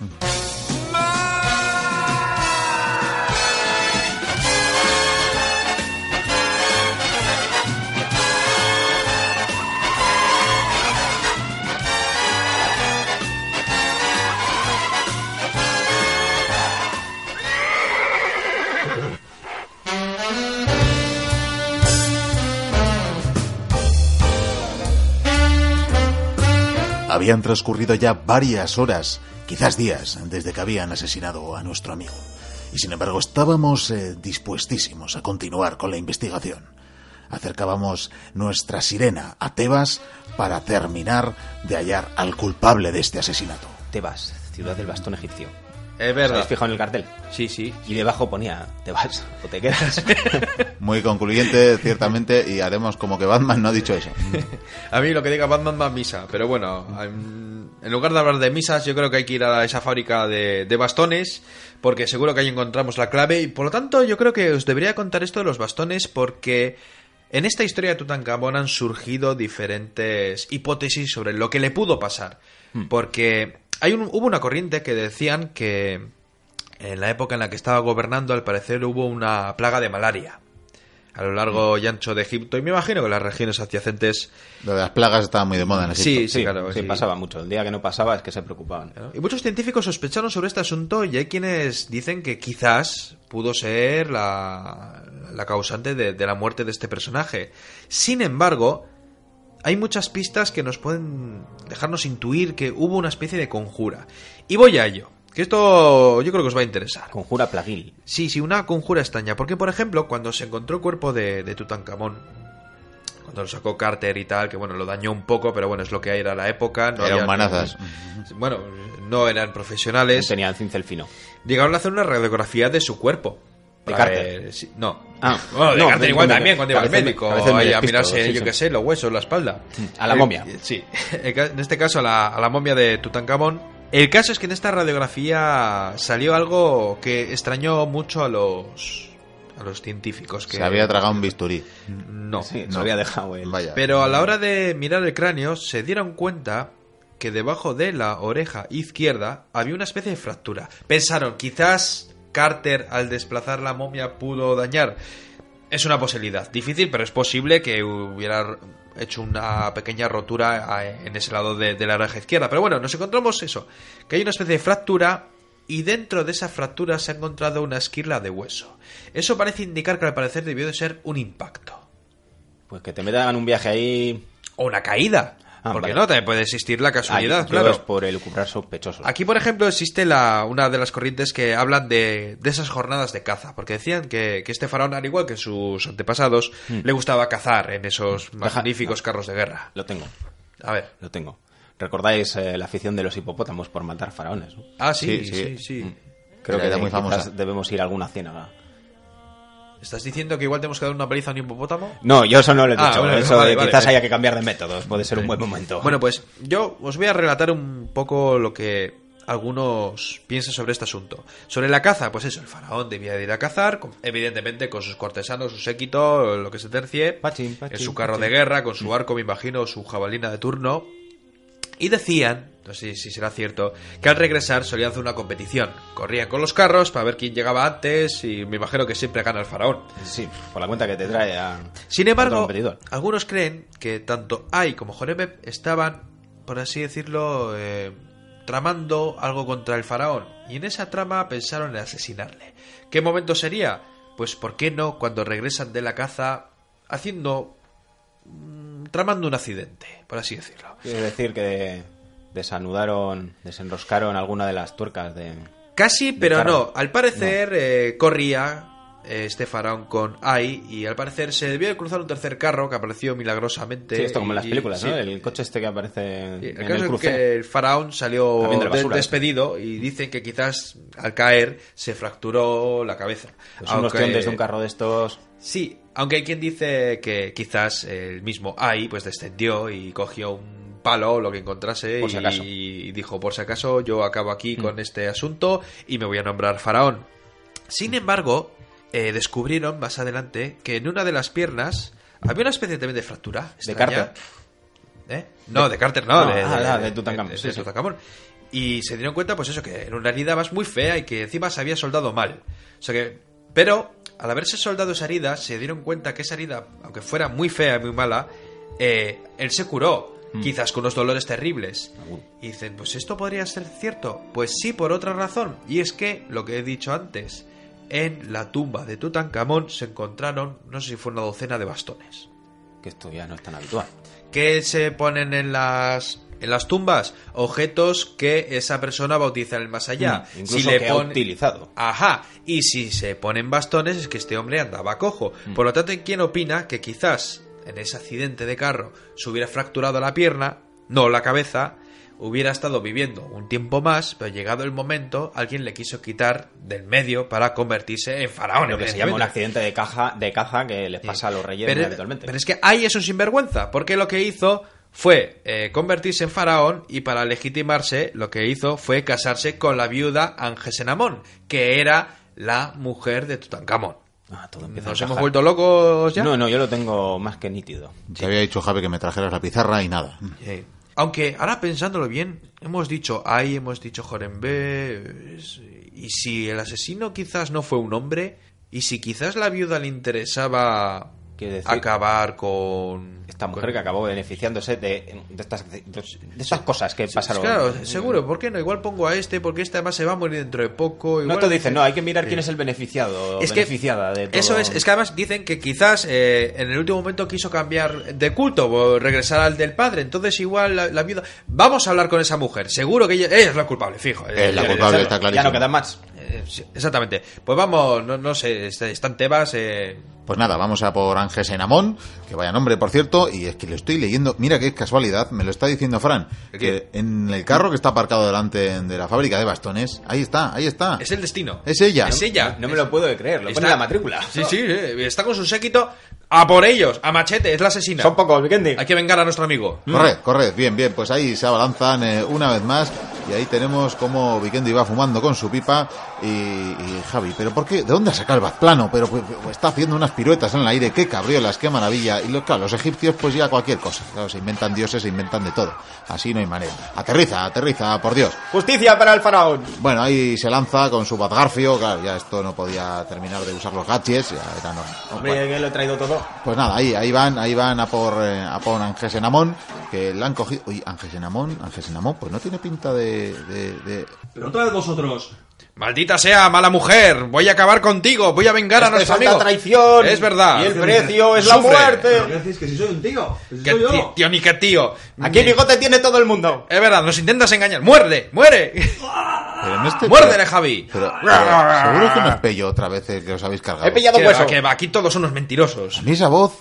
Habían transcurrido ya varias horas, quizás días, desde que habían asesinado a nuestro amigo. Y sin embargo estábamos eh, dispuestísimos a continuar con la investigación. Acercábamos nuestra sirena a Tebas para terminar de hallar al culpable de este asesinato. Tebas, ciudad del bastón egipcio. Es ¿Os habéis verdad. fijado en el cartel? Sí, sí. Y debajo ponía, te vas o te quedas. (laughs) Muy concluyente, ciertamente, y haremos como que Batman no ha dicho eso. A mí lo que diga Batman va a misa, pero bueno, em, en lugar de hablar de misas, yo creo que hay que ir a esa fábrica de, de bastones, porque seguro que ahí encontramos la clave, y por lo tanto yo creo que os debería contar esto de los bastones, porque en esta historia de Tutankamón han surgido diferentes hipótesis sobre lo que le pudo pasar, porque hay un- hubo una corriente que decían que en la época en la que estaba gobernando, al parecer hubo una plaga de malaria. A lo largo y ancho de Egipto, y me imagino que las regiones adyacentes Lo de las plagas estaba muy de moda en Egipto. Sí, sí, claro. Sí, sí. pasaba mucho. El día que no pasaba es que se preocupaban. Y muchos científicos sospecharon sobre este asunto y hay quienes dicen que quizás pudo ser la, la causante de, de la muerte de este personaje. Sin embargo, hay muchas pistas que nos pueden dejarnos intuir que hubo una especie de conjura. Y voy a ello, que esto yo creo que os va a interesar. Conjura plaguil. Sí, sí, una conjura extraña. Porque, por ejemplo, cuando se encontró el cuerpo de, de Tutankamón, (laughs) cuando lo sacó Carter y tal, que bueno, lo dañó un poco, pero bueno, es lo que era la época. No Era había- humanazas. Bueno, no eran profesionales. Tenía el cincel fino. Llegaron a hacer una radiografía de su cuerpo. ¿De Para Carter? ver si- no. Ah. (laughs) Bueno, de No, Carter de- igual de- también, cuando iba al a veces me- médico. a veces me ahí a despisto, mirarse, sí, yo sí. qué sé, los huesos, la espalda. A la Eh, momia. Sí. (laughs) El ca- En este caso, a la, a la momia de Tutankamón. El caso es que en esta radiografía salió algo que extrañó mucho a los a los científicos que Se había tragado un bisturí. No, Sí, se No. lo había dejado él. Vaya. Pero a la hora de mirar el cráneo se dieron cuenta que debajo de la oreja izquierda había una especie de fractura. Pensaron, quizás Carter al desplazar la momia pudo dañar. Es una posibilidad, difícil, pero es posible que hubiera hecho una pequeña rotura a- en ese lado de, de la oreja izquierda. Pero bueno, nos encontramos eso, que hay una especie de fractura y dentro de esa fractura se ha encontrado una esquirla de hueso. Eso parece indicar que al parecer debió de ser un impacto Pues que te metan un viaje ahí. o una caída. Ah, porque vale. no, también puede existir la casualidad, Ay, yo claro. Es por el cubrar sospechosos. Aquí, por ejemplo, existe la, una de las corrientes que hablan de, de esas jornadas de caza, porque decían que, que este faraón, al igual que sus antepasados, Hmm. le gustaba cazar en esos magníficos carros de guerra. Lo tengo, A ver. lo tengo. ¿Recordáis eh, la afición de los hipopótamos por matar faraones? no? Mm. Ah, sí, Sí, sí, sí. sí. Creo Era que idea muy muy famosa. debemos ir a alguna ciénaga. ¿Estás diciendo que igual tenemos que dar una paliza a un hipopótamo? No, yo eso no lo he Ah, dicho. bueno, eso vale, de vale, quizás vale. haya que cambiar de métodos. Puede ser un buen momento. Bueno, pues yo os voy a relatar un poco lo que algunos piensan sobre este asunto. Sobre la caza, pues eso, el faraón debía de ir a cazar, con- evidentemente con sus cortesanos, su séquito, lo que se tercie, Pachín, pachín, en su carro pachín. de guerra, con su arco, me imagino, o su jabalina de turno. Y decían, no sé si será cierto, que al regresar solían hacer una competición. Corrían con los carros para ver quién llegaba antes y me imagino que siempre gana el faraón. sí, por la cuenta que te trae a. Sin otro embargo, competidor. algunos creen que tanto Ai como Jorebeb estaban, por así decirlo, eh, tramando algo contra el faraón. Y en esa trama pensaron en asesinarle. ¿Qué momento sería? Pues, ¿por qué no cuando regresan de la caza haciendo. mm, tramando un accidente, por así decirlo? Quiere decir que desanudaron, desenroscaron alguna de las tuercas de. Casi, pero carro. no. Al parecer eh, corría eh, este faraón con Ai y al parecer se debió de cruzar un tercer carro que apareció milagrosamente. Sí, esto como en las y- películas, ¿no? sí. El coche este que aparece Y en El caso el es crucero. que el faraón salió También de la de- basura, despedido y dicen que quizás al caer se fracturó la cabeza. Pues unos tiondes de un carro de estos. Sí, aunque hay quien dice que quizás el mismo Ai pues descendió y cogió un palo o lo que encontrase Por si y- acaso. Mm. y dijo por si acaso yo acabo aquí con este asunto y me voy a nombrar faraón. Sin embargo, eh, descubrieron más adelante que en una de las piernas había una especie también de fractura. De extraña. Carter. ¿Eh? No, de Carter no, No, de, ah, ah, de Tutankamón, sí, sí. Tutankamón. Y se dieron cuenta, pues eso, que era una herida más muy fea y que encima se había soldado mal. O sea que. Pero, al haberse soldado esa herida, se dieron cuenta que esa herida, aunque fuera muy fea y muy mala, eh, él se curó. Mm. Quizás con unos dolores terribles. Y dicen, pues esto podría ser cierto. Pues sí, por otra razón. Y es que, lo que he dicho antes, en la tumba de Tutankamón se encontraron, no sé si fue una docena de bastones Que esto ya no es tan habitual. que se ponen en las en las tumbas objetos que esa persona bautiza en el más allá. Mm, incluso que ha utilizado. Ajá, y si se ponen bastones es que este hombre andaba cojo. Mm. Por lo tanto, ¿en quién opina que quizás en ese accidente de carro se hubiera fracturado la pierna, no la cabeza, hubiera estado viviendo un tiempo más, pero llegado el momento alguien le quiso quitar del medio para convertirse en faraón. Lo que se llama un accidente evidentemente. de caja de caza que les pasa a los reyes Pero- habitualmente. Pero es que ahí es un sinvergüenza, porque lo que hizo fue eh, convertirse en faraón y para legitimarse lo que hizo fue casarse con la viuda Angesenamón, que era la mujer de Tutankamón. Ah, todo empieza a ¿Nos encajar. hemos vuelto locos ya? No, no, yo lo tengo más que nítido. Te había dicho Javi que me trajeras la pizarra y nada. Eh, Aunque ahora pensándolo bien, hemos dicho ay, hemos dicho Jorembe, es- y si el asesino quizás no fue un hombre, y si quizás la viuda le interesaba Quiere decir- acabar con Esta mujer con- que acabó beneficiándose de, de estas, de, de estas cosas que pasaron. Claro, seguro, ¿por qué no? Igual pongo a este, porque este además se va a morir dentro de poco. No igual- te dicen, no, hay que mirar quién es el beneficiado o Es que beneficiada de todo. eso es, es que además dicen que quizás eh, en el último momento quiso cambiar de culto, o regresar al del padre, entonces igual la, la viuda... Vamos a hablar con esa mujer, seguro que ella, ella es la culpable, fijo. Es la Eh, culpable, eh, está Ya clarísimo. no queda más. eh, sí, Exactamente. Pues vamos, no, no sé, está- están Tebas... Eh, Pues nada, vamos a por Ángel Senamón, que vaya nombre, por cierto, y es que lo estoy leyendo, mira qué casualidad, me lo está diciendo Fran, que ¿Qué? en el carro que está aparcado delante de la fábrica de bastones, ahí está, ahí está. es el destino. Es ella. Es ella. No me lo puedo creer, lo pone en la matrícula. Sí, sí, eh, está con su séquito a por ellos, a machete, es la asesina. Son pocos, Vikendi. Hay que vengar a nuestro amigo. Mm. Corred, corred, bien, bien, pues ahí se abalanzan eh, una vez más y ahí tenemos como Vikendi va fumando con su pipa Y, y, Javi, ¿pero por qué? ¿De dónde ha sacado el bazplano? Pero pues, está haciendo unas piruetas en el aire, qué cabriolas, qué maravilla. Y lo, claro, los egipcios, pues ya cualquier cosa. Claro, se inventan dioses, se inventan de todo. Así no hay manera. Aterriza, aterriza, por Dios. ¡Justicia para el faraón! Bueno, ahí se lanza con su bazgarfio. Claro, ya esto no podía terminar de usar los gadgets. Ya era no. Hombre, bueno. que lo he traído todo. Pues nada, ahí, ahí van, ahí van a por, eh, a por Angesenamón, que le han cogido. Uy, Angesenamón, Angesenamón, pues no tiene pinta de. de, de... Pero otra vez vosotros. Maldita sea, mala mujer, voy a acabar contigo, voy a vengar a Esto es nuestros alta amigos. traición. Es verdad. Y el precio es la Sufre. muerte. Pero ¿qué decís? Que si soy un tío. Que si Que Pues soy tío, yo. tío, ni que tío. Aquí el bigote tiene todo el mundo. Es verdad, nos intentas engañar. ¡Muerde! ¡Muere! Pero en este. ¡Muérdele, Javi! Pero, pero seguro que no es pello otra vez eh, que os habéis cargado. He pillado Que hueso. va, que va, aquí todos son unos mentirosos. A mí esa voz.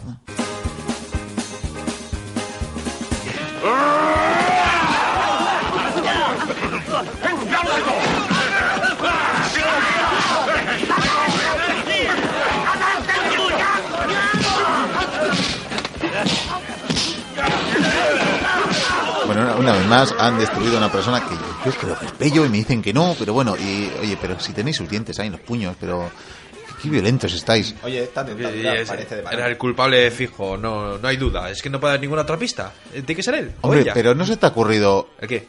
Bueno, una- una vez más han destruido a una persona que yo, yo creo que es bello y me dicen que no, pero bueno, y oye, pero si tenéis sus dientes ahí, en los puños, pero qué violentos estáis. Oye, esta tentadura Es- parece de Era banana. el culpable fijo, no, no hay duda. Es que no puede haber ninguna otra pista. Eh, Tiene que ser él. o Hombre, ella. pero no se te ha ocurrido ¿El qué?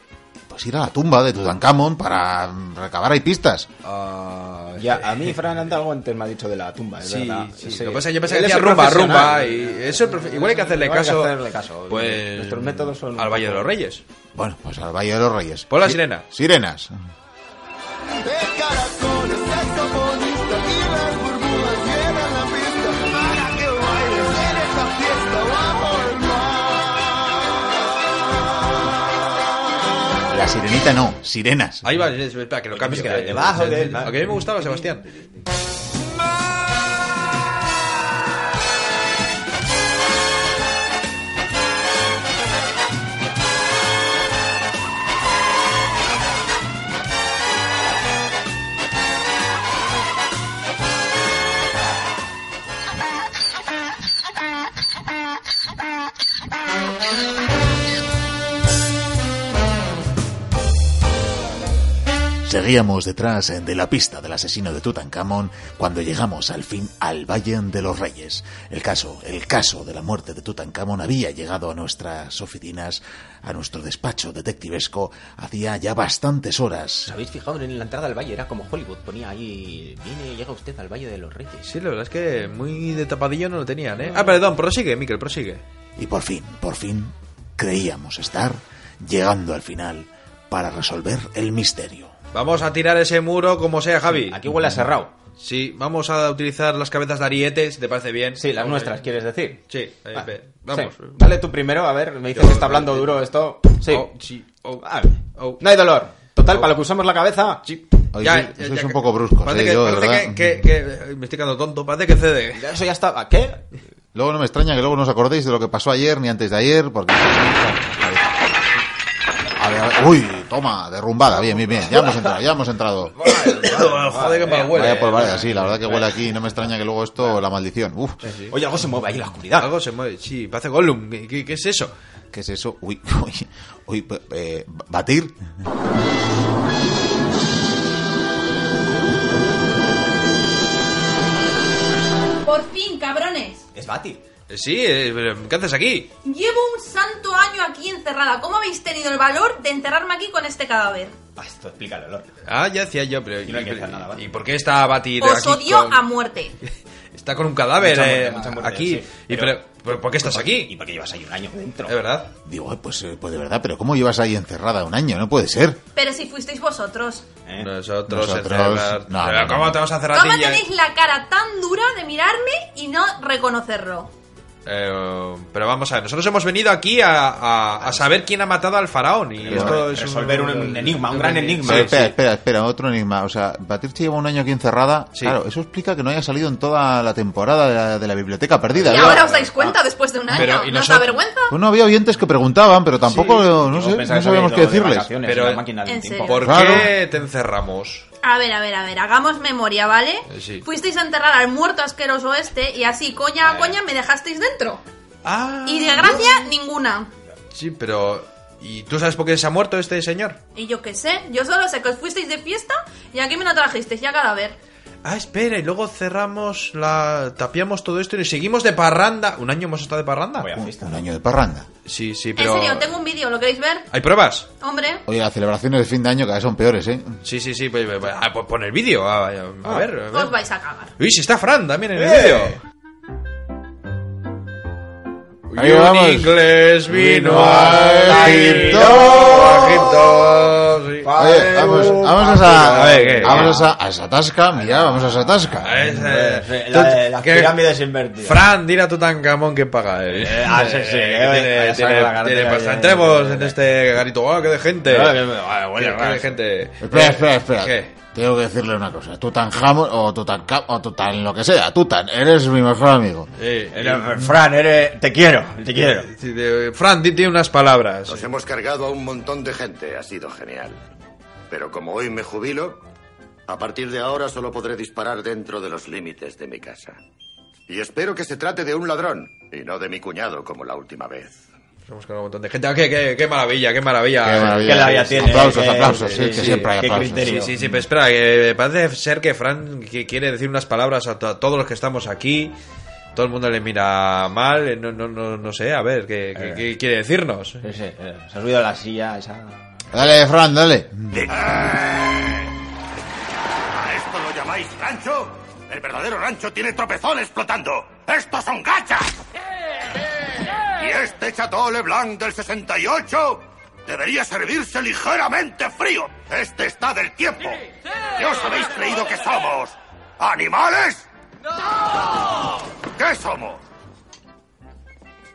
pues ir a la tumba de Tutankamón para mm, recabar ahí pistas. Ah, Ya, a mí Fran anda algo antes me ha dicho de la tumba, es Sí, verdad. sí. Sí. Lo que pasa es que yo pensaba Él que es decía el rumba, profesional. rumba. Y eso es profe- igual hay que hacerle Igual hay que caso. hacerle caso. Pues, Nuestros métodos son- Al Valle de los Reyes. Bueno, pues al Valle de los Reyes. Pon la Si- sirena. Sirenas. La sirenita no, sirenas. Ahí va, es- espera, que lo cambies. Que, Debajo del mar. Lo que a mí me gustaba, Sebastián. Seguíamos detrás de la pista del asesino de Tutankamón cuando llegamos al fin al Valle de los Reyes. El caso, el caso de la muerte de Tutankamón había llegado a nuestras oficinas, a nuestro despacho detectivesco, hacía ya bastantes ¿Os horas. habéis fijado en la entrada al valle? Era como Hollywood, ponía ahí, viene, llega usted al Valle de los Reyes. Sí, la verdad es que muy de tapadillo no lo tenían, ¿eh? Ah, perdón, prosigue, Miquel, prosigue. Y por fin, por fin, creíamos estar llegando al final para resolver el misterio. Vamos a tirar ese muro como sea, Javi. Aquí huele a cerrado. Sí, vamos a utilizar las cabezas de arietes, ¿te parece bien? Sí, las Vamos, nuestras, eh. ¿quieres decir? Sí, eh, Va, ve, vamos. sí. Dale tú primero, a ver, me dices Yo- eh, que está hablando duro esto. Sí. Oh, sí, oh, A ver, oh. No hay dolor. Total, Oh. para lo que usamos la cabeza. Sí. Oye, sois- sois un poco bruscos, Parece, eh, que, yo, de parece verdad. que- que- que- me estoy quedando tonto, parece que cede. Ya, Eso ya está. ¿Qué? Luego no me extraña que luego no os acordéis de lo que pasó ayer ni antes de ayer, porque... A ver, a ver, Uy, toma, derrumbada, bien, bien, bien. Ya hemos entrado, ya hemos entrado. (laughs) Joder, que mal huele. Vaya por vaya, sí, la verdad que huele aquí. No me extraña que luego esto, la maldición. Uf, Oye, algo se mueve ahí en la oscuridad. Algo se mueve, sí, parece Gollum. ¿Qué, qué- qué es eso? ¿qué es eso? Uy, (laughs) uy, uy, p- eh, batir. Por fin, cabrones. Es Bati. Eh, Sí, eh, pero ¿qué haces aquí? Llevo un santo año aquí encerrada. ¿Cómo habéis tenido el valor de enterrarme aquí con este cadáver? Ah, Esto explica el olor. Ah, ya decía yo, pero. no hay que hacer nada, ¿vale? ¿Y por qué está Batir Os aquí? odio con- a muerte. Está con un cadáver Mucha muerte, eh, mucha muerte, aquí. sí. ¿Y Pero- pues, pero, pero por qué estás ¿Y aquí? por qué llevas ahí un año dentro? Es verdad. Digo, ay, pues, eh, pues de verdad, pero ¿cómo llevas ahí encerrada un año? No puede ser. Pero si fuisteis vosotros. ¿Eh? Nosotros, Nosotros- encerrar- no, pero no, no. ¿cómo te vas a cerrar a ti ¿Cómo ya? tenéis la cara tan dura de mirarme y no reconocerlo? Eh, pero vamos a ver, nosotros hemos venido aquí a, a- a saber quién ha matado al faraón. Y esto es un- Resolver un, enigma, un gran enigma. Pero espera, espera, espera, otro enigma. O sea, Batirche lleva un año aquí encerrada. Sí. Claro, eso explica que no haya salido en toda la temporada de la, de la biblioteca perdida. Y ¿verdad? ahora os dais cuenta después de un año. Ah. Pero, ¿y ¿No os da nosotros? vergüenza? Pues no había oyentes que preguntaban, pero tampoco, no sé, no sabíamos qué decirles. Pero- Pero la máquina del ¿En tiempo. serio? ¿Por Claro. qué te encerramos? A ver, a ver, a ver, hagamos memoria, ¿vale? Eh, sí. Fuisteis a enterrar al muerto asqueroso este y así, coña Eh. a coña, me dejasteis dentro. Ah, Y de gracia, ninguna. sí, pero. ¿Y tú sabes por qué se ha muerto este señor? Y yo qué sé, yo solo sé que os fuisteis de fiesta ¿Y aquí me lo trajisteis? Ya cadáver. Ah, espera, y luego cerramos la. tapiamos todo esto y seguimos de parranda. ¿Un año hemos estado de parranda? Un, un año de parranda. Sí, sí, En pero. serio, tengo un vídeo, ¿lo queréis ver? ¿Hay pruebas? Hombre. Oye, las celebraciones de fin de año cada vez son peores, ¿eh? Sí, sí, sí. Pues, pues, ah, pues pon el vídeo. A, a- a ver, a ver. Os vais a cagar. Uy, si está Fran también en el ¡Eh! vídeo. Ahí Y un vamos. inglés vino a a Egipto. Egipto. a Egipto, sí. Oye, vamos, vamos a esa. A ver, ¿qué? Vamos a esa, a esa tasca, mira, vamos a esa tasca. Es, eh, La tú- de las que- pirámides invertidas. Fran, dile a Tutankamón que paga. eh. ah, sí, sí, Eh, eh, tiene- eh, tiene- saca la cartera tiene pasta. ya, Entremos en este garito. ¡Oh, qué de gente! Ah, que- ah, bueno, Qué- qué ah. de gente! Eh, Espera, espera, espera. ¿Qué? Tengo que decirle una cosa. Tutanjamón o Tutankam o Tutan, lo que sea. Tutan, eres mi mejor amigo. Eh, Era- Fran, eres- Eh, te quiero, te quiero. sí, de- Fran, di- di unas palabras. Nos hemos cargado a un montón de gente, ha sido genial. Pero como hoy me jubilo, a partir de ahora solo podré disparar dentro de los límites de mi casa. Y espero que se trate de un ladrón y no de mi cuñado como la última vez. Hemos cargado un montón de gente. Ah, qué, qué- qué maravilla, qué maravilla! Qué maravilla. Que la vida tiene, aplausos, que- aplausos, sí, eh, sí, que sí, siempre hay qué aplausos. criterio. Sí, sí, sí, pero espera, que parece ser que Fran que quiere decir unas palabras a, to- a todos los que estamos aquí. Todo el mundo le mira mal, eh, no, no, no, no sé, a ver, ¿qué, qué- qué quiere decirnos? Sí, sí, eh, se ha subido a la silla esa. Dale, Fran, dale. ¿A esto lo llamáis rancho? El verdadero rancho tiene tropezones flotando. ¡Estos son gachas! Y este Chateau Blanc del 68 debería servirse ligeramente frío. Este está del tiempo. ¿Qué os habéis creído que somos? ¿Animales? ¡No! ¿Qué somos?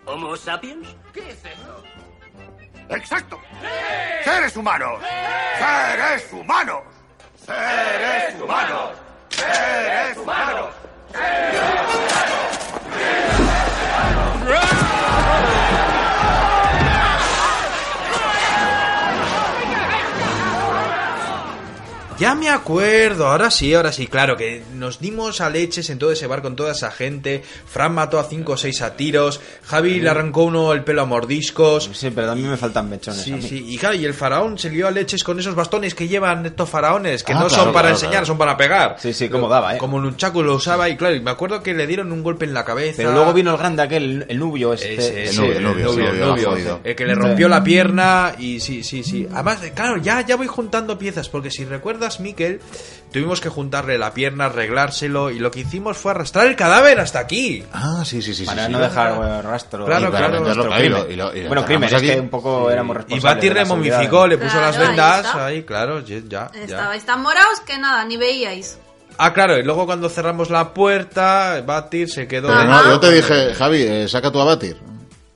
¿Homo sapiens? ¡Exacto! ¡Seres humanos! ¡Seres humanos! ¡Seres humanos! ¡Seres humanos! Ya me acuerdo, ahora sí, ahora sí, claro, que nos dimos a leches en todo ese bar con toda esa gente. Fran mató a cinco o seis a tiros, Javi le arrancó uno el pelo a mordiscos. Sí, pero a mí me faltan mechones. a Sí, mí. sí, y claro, y el faraón se lió a leches con esos bastones que llevan estos faraones, que Ah, no claro, son para claro, enseñar, claro. son para pegar. Sí, sí, cómo daba, eh. Como Nunchaku lo usaba, y claro, y me acuerdo que le dieron un golpe en la cabeza. Pero luego vino el grande aquel, el nubio este. Ese, ese, El novio, el novio, el novio, el novio, el novio, jodido. el que le rompió la pierna y sí, sí, sí. Además, eh, claro, ya, ya voy juntando piezas, porque si recuerdas, Miquel, tuvimos que juntarle la pierna, arreglárselo, y lo que hicimos fue arrastrar el cadáver hasta aquí. Ah, sí, sí, sí. Para sí, no sí. dejar eh, rastro. Claro, Y claro, para nuestro claro, ahí crimen. lo- y lo- y lo bueno, crimen, cerramos es que aquí. un poco éramos Y responsables. Bati de la seguridad. momificó, le puso Claro, las ahí vendas. está. Ahí, claro, ya. ya. Estabais tan moraos que nada, ni veíais. Ah, claro, y luego cuando cerramos la puerta, Batir se quedó. Pero Ajá. no, Ah, yo te dije, Javi, eh, saca tu abatir.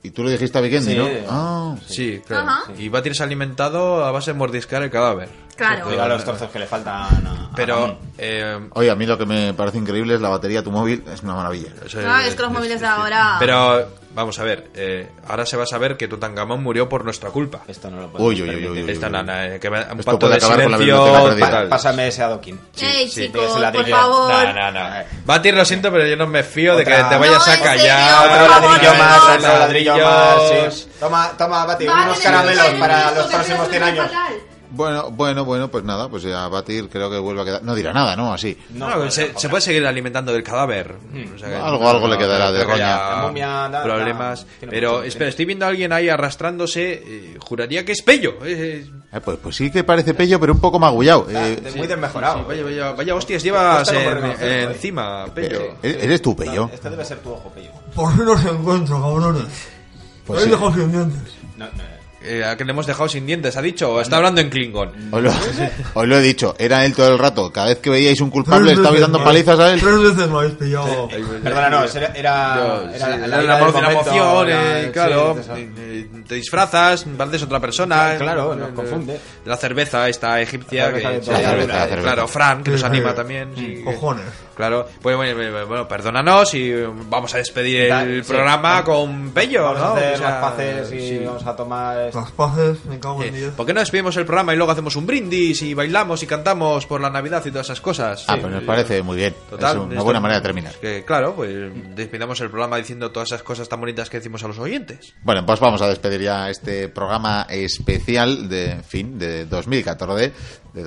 Y tú le dijiste a Vikendi, Sí. ¿no? Ah, Sí, claro. Ajá. Y Batir se ha alimentado a base de mordiscar el cadáver. Claro. Diga los trozos que le faltan a- a Pero. Ramón. eh, Oye, a mí lo que me parece increíble es la batería de tu móvil, es una maravilla. eso No, es que los móviles de ahora- Pero, vamos a ver, eh, ahora se va a saber que Tutankamón murió por nuestra culpa. Esto no lo podemos Uy, uy, uy, permitir. uy, uy, Esta uy. nana, eh, que me- un Esto pacto puede de acabar con la silencio. biblioteca perdida. tal. Pa- Pásame ese adoquín. Ey, sí, chicos, que se la por dirigía. favor. No, no, no. Batir, lo siento, pero yo no me fío de Otra- que te vayas No, a en callar. serio, por Otro Otro favor, ladrillo no. más, otro Ladrillos. ladrillo más. sí. Toma, toma, Bati, Vale, Ah, unos de caramelos verdad, para eso los que próximos creo 100 que años. es fatal. Bueno, bueno, bueno, pues nada, pues a batir creo que vuelve a quedar. No dirá nada, ¿no? Así. No, se, se puede seguir alimentando del cadáver. O sea que- Algo- algo le quedará de creo que roña. ya La momia, da- problemas. da- tiene Pero mucho- espera, estoy viendo a alguien ahí arrastrándose. eh, juraría que es Pello. eh, eh, Eh, pues, pues sí que parece pello, pero un poco magullado. Eh, De- Muy desmejorado. vaya, vaya, vaya hostias, llevas Cuesta como en- reconocerlo, eh. encima, Pello. pero, ¿Eres tú, pello? Este debe ser tu ojo, Pello. Por fin os encuentro, cabrones. Pues Os sí. dejo sin dientes. No, no, Eh, a que le hemos dejado sin dientes, ha dicho. o Está hablando en Klingon. (laughs) Os lo, (laughs) os lo he dicho, era él todo el rato. Cada vez que veíais un culpable, le Tres estabais veces dando más- palizas a él. Tres veces me habéis pillado. pues, Perdona, no, ese era, Yo, era, sí, era la, la, vida del emoción, la momento, emoción, era- eh, sí, claro. es eso. eh, eh, te disfrazas, pareces otra persona. Sí, claro, eh, nos eh, confunde. La cerveza esta egipcia. La cerveza que- de toda la claro, vida, la cerveza. Claro, Fran, que nos Sí, anima sí. también. sí, que- Cojones. Claro, pues bueno, bueno, bueno, perdónanos y vamos a despedir el Sí. programa con Bello, Vamos ¿no? a hacer O sea, las paces y sí. vamos a tomar... Las paces, me cago en Eh, diez. ¿Por qué no despedimos el programa y luego hacemos un brindis y bailamos y cantamos por la Navidad y todas esas cosas? Ah, pues nos parece muy bien. Total, es una esto- buena manera de terminar. Que, claro, pues despidamos el programa diciendo todas esas cosas tan bonitas que decimos a los oyentes. Bueno, pues vamos a despedir ya este programa especial de fin de 2014 de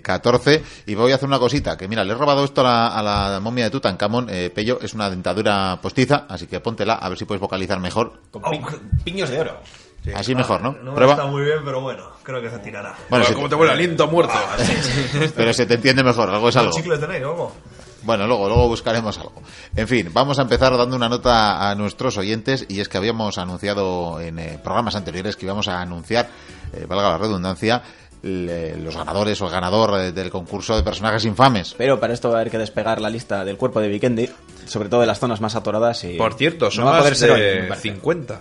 2014. Y voy a hacer una cosita, que mira, le he robado esto a la, a la momia de Tutankamón, eh, Pello, es una dentadura postiza, así que póntela, a ver si puedes vocalizar mejor. Con Oh. pi- piños de oro. Así mejor, ¿no? No Prueba. está muy bien, pero bueno, creo que se tirará. Bueno, sí. aliento muerto. (laughs) Pero se te entiende mejor, algo es algo. chicles tenéis, luego? Bueno, luego, luego buscaremos algo. En fin, vamos a empezar dando una nota a nuestros oyentes y es que habíamos anunciado en eh, programas anteriores que íbamos a anunciar, eh, valga la redundancia, le- los ganadores o el ganador eh, del concurso de personajes infames. Pero para esto va a haber que despegar la lista del cuerpo de Vikendi, sobre todo de las zonas más atoradas y... Por cierto, son no va a más poder ser de hoy, me parece. 50.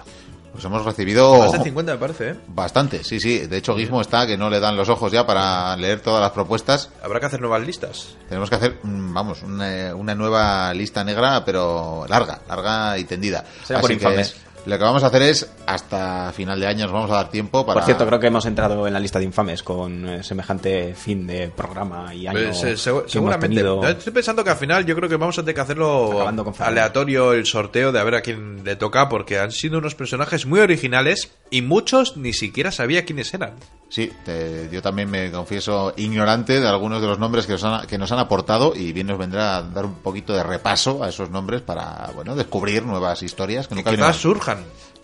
Pues hemos recibido Más de 50 me parece, ¿eh? bastante, sí, sí. De hecho, Gizmo está que no le dan los ojos ya para leer todas las propuestas. Habrá que hacer nuevas listas. Tenemos que hacer, mm, vamos, una, una nueva lista negra, pero larga, larga y tendida. Será por Así que infames. Lo que vamos a hacer es, hasta final de año nos vamos a dar tiempo para... Por cierto, creo que hemos entrado en la lista de infames con eh, semejante fin de programa y año Eh, se- se- que hemos seguramente. tenido. Estoy pensando que al final yo creo que vamos a tener que hacerlo Acabando con Fran. aleatorio el sorteo de a ver a quién le toca, porque han sido unos personajes muy originales y muchos ni siquiera sabía quiénes eran. Sí, te- yo también me confieso ignorante de algunos de los nombres que nos, han, que nos han aportado y bien nos vendrá a dar un poquito de repaso a esos nombres para, bueno, descubrir nuevas historias que nunca Quizás habíamos- surjan.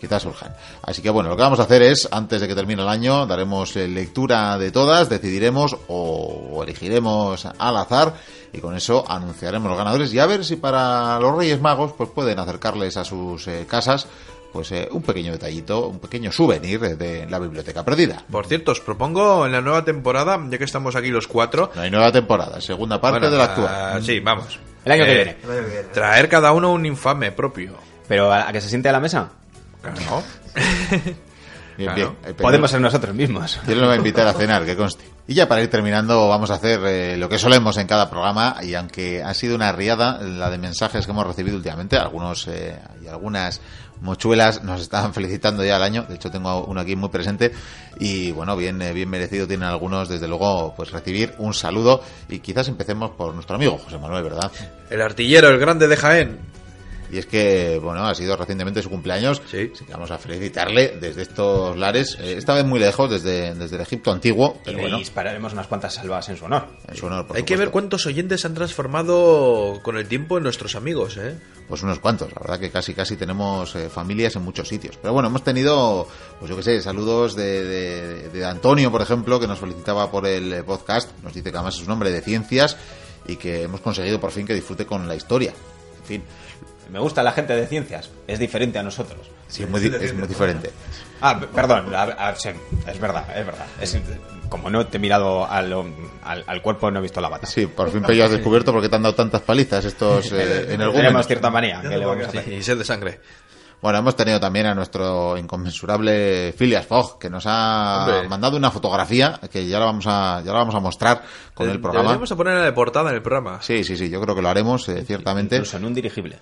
quizás surjan. Así que bueno, lo que vamos a hacer es, antes de que termine el año, daremos eh, lectura de todas, decidiremos o elegiremos al azar y con eso anunciaremos los ganadores y a ver si para los Reyes Magos pues pueden acercarles a sus eh, casas pues eh, un pequeño detallito, un pequeño souvenir eh, de la biblioteca perdida. Por cierto, os propongo en la nueva temporada, ya que estamos aquí los cuatro. No hay nueva temporada, segunda parte Bueno, de la ah, actual. sí, vamos. El año que Eh, viene. Traer cada uno un infame propio. Pero a, a que se siente a la mesa, Claro. Bien, claro. bien. Eh, pero- podemos ser nosotros mismos. Yo le voy a invitar a cenar, que conste. Y ya para ir terminando, vamos a hacer eh, lo que solemos en cada programa. Y aunque ha sido una riada la de mensajes que hemos recibido últimamente, algunos eh, y algunas mochuelas nos están (laughs) felicitando ya el año. De hecho, tengo uno aquí muy presente. Y bueno, bien, eh, bien merecido tienen algunos, desde luego, pues recibir un saludo. Y quizás empecemos por nuestro amigo José Manuel, ¿verdad? El artillero, el grande de Jaén. Y es que, bueno, ha sido recientemente su cumpleaños. Sí. Así que vamos a felicitarle desde estos lares. eh, esta vez muy lejos, desde, desde el Egipto antiguo. Pero y bueno, dispararemos unas cuantas salvas en su honor. en su honor, por Hay que ver supuesto. cuántos oyentes han transformado con el tiempo en nuestros amigos, ¿eh? Pues unos cuantos, la verdad que casi casi tenemos eh, familias en muchos sitios. Pero bueno, hemos tenido, pues yo qué sé, saludos de, de- de Antonio, por ejemplo, que nos felicitaba por el eh, podcast. Nos dice que además es un hombre de ciencias y que hemos conseguido por fin que disfrute con la historia. En fin, Me gusta la gente de ciencias, es diferente a nosotros. sí, es muy, di- es muy diferente. Ah, p- perdón, a- a- sí, es verdad, es verdad. Es- como no te he mirado al, al, al cuerpo, no he visto la bata. Sí, por fin Pello has descubierto por qué te han dado tantas (laughs) palizas estos eh, en algún Tenemos cierta manía. Ya que te le puedo vamos a hacer. Y sed de sangre. Bueno, hemos tenido también a nuestro inconmensurable Phileas Fogg, que nos ha Hombre. mandado una fotografía que ya la vamos a, ya la vamos a mostrar con el programa. Vamos a poner de portada en el programa. Sí, sí, sí, yo creo que lo haremos, eh, ciertamente, Incluso en un dirigible.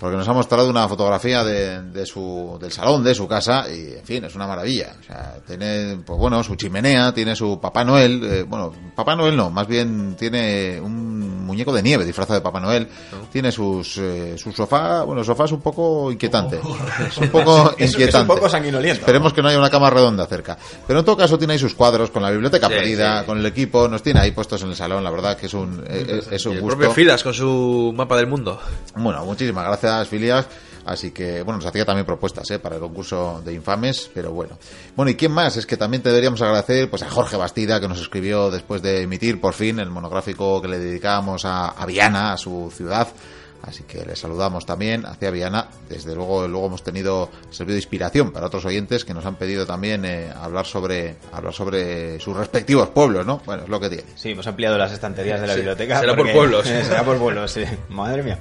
porque nos ha mostrado una fotografía de, de su, del salón de su casa y, en fin, es una maravilla. O sea, tiene, pues bueno, su chimenea, tiene su Papá Noel, eh, bueno, Papá Noel no, más bien tiene un muñeco de nieve disfrazado de Papá Noel, Oh. tiene sus, eh, su sofá, bueno, el sofá es un poco inquietante, Oh. (laughs) es (laughs) un poco Es- es inquietante. un poco sanguinoliento. Esperemos que no haya una cama redonda cerca. Pero en todo caso tiene ahí sus cuadros con la biblioteca Sí, perdida, sí. con el equipo, nos tiene ahí puestos en el salón, la verdad que es un, eh, es, es Y un el gusto. propio Filas con su mapa del mundo. Bueno, muchísimas gracias, Filias. Así que, bueno, nos hacía también propuestas ¿eh? para el concurso de infames, pero bueno. Bueno, ¿y quién más? Es que también te deberíamos agradecer pues a Jorge Bastida, que nos escribió después de emitir por fin el monográfico que le dedicábamos a, a Viana, a su ciudad. Así que le saludamos también hacia Viana. Desde luego, luego hemos tenido ha servido de inspiración para otros oyentes que nos han pedido también eh, hablar sobre hablar sobre sus respectivos pueblos, ¿no? Bueno, es lo que tiene. Sí, hemos ampliado las estanterías de la Sí, biblioteca. será por porque- pueblos. (laughs) será por pueblos, sí. Madre mía.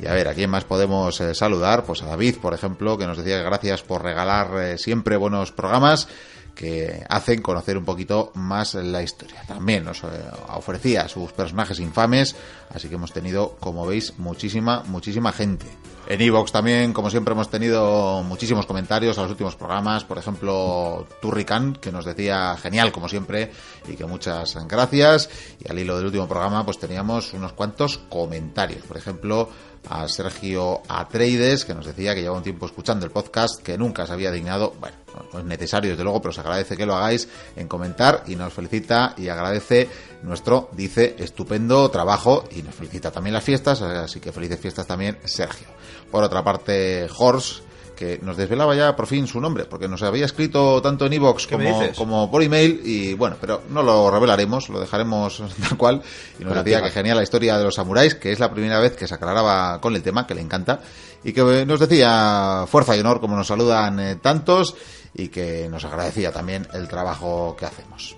Y a ver, ¿a quién más podemos eh, saludar? Pues a David, por ejemplo, que nos decía que gracias por regalar eh, siempre buenos programas que hacen conocer un poquito más la historia. También nos eh, ofrecía sus personajes infames, así que hemos tenido, como veis, muchísima, muchísima gente. En Evox también, como siempre, hemos tenido muchísimos comentarios a los últimos programas. Por ejemplo, Turrican, que nos decía genial, como siempre, y que muchas gracias. Y al hilo del último programa, pues teníamos unos cuantos comentarios. Por ejemplo, a Sergio Atreides, que nos decía que lleva un tiempo escuchando el podcast, que nunca se había dignado, bueno, no es necesario desde luego, pero se agradece que lo hagáis en comentar y nos felicita y agradece nuestro, dice, estupendo trabajo y nos felicita también las fiestas, así que felices fiestas también, Sergio. Por otra parte, Horst, que nos desvelaba ya por fin su nombre, porque nos había escrito tanto en Evox me como, dices? como por email, y bueno, pero no lo revelaremos, lo dejaremos (laughs) tal cual, y nos Bueno, decía tío. que genial la historia de los samuráis, que es la primera vez que se aclaraba con el tema, que le encanta, y que eh, nos decía fuerza y honor, como nos saludan eh, tantos, y que nos agradecía también el trabajo que hacemos.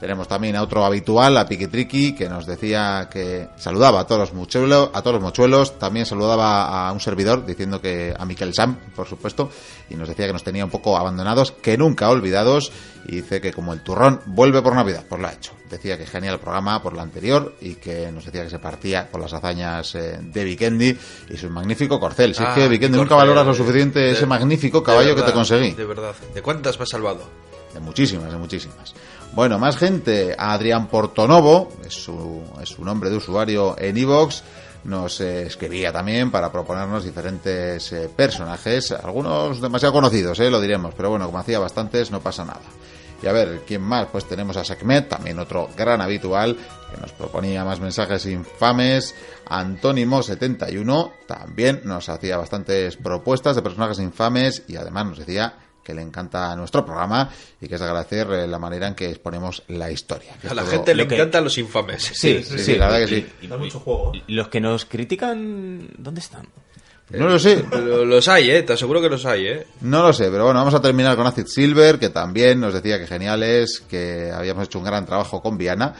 Tenemos también a otro habitual, a Piquitriqui, que nos decía que saludaba a todos los mochuelos, a todos los mochuelos, también saludaba a un servidor diciendo que a Miquel Sam, por supuesto, y nos decía que nos tenía un poco abandonados, que nunca olvidados, y dice que como el turrón vuelve por Navidad, por la ha hecho. Decía que genial el programa por la anterior y que nos decía que se partía con las hazañas eh, de Vikendi y su magnífico corcel. Si es Ah, que Vikendi mi nunca corcel, valoras lo de- suficiente de- ese magnífico de caballo que verdad, te conseguí. De verdad. ¿De cuántas me has salvado? De muchísimas, de muchísimas. Bueno, más gente. Adrián Portonovo, es su, es su nombre de usuario en iVoox, nos eh, escribía también para proponernos diferentes eh, personajes, algunos demasiado conocidos, eh, lo diremos, pero bueno, como hacía bastantes, no pasa nada. Y a ver, ¿quién más? Pues tenemos a Sakmet, también otro gran habitual, que nos proponía más mensajes infames. Antónimo71 también nos hacía bastantes propuestas de personajes infames y además nos decía que le encanta nuestro programa y que es de agradecer eh, la manera en que exponemos la historia. Que A la es todo- gente le encantan los infames. Sí, sí, sí, la verdad que sí. Da mucho juego. ¿eh? Los que nos critican, ¿dónde están? No lo sé. (laughs) Lo- Los hay, eh. Te aseguro que los hay, eh. No lo sé, pero bueno, vamos a terminar con Acid Silver, que también nos decía que geniales, que habíamos hecho un gran trabajo con Viana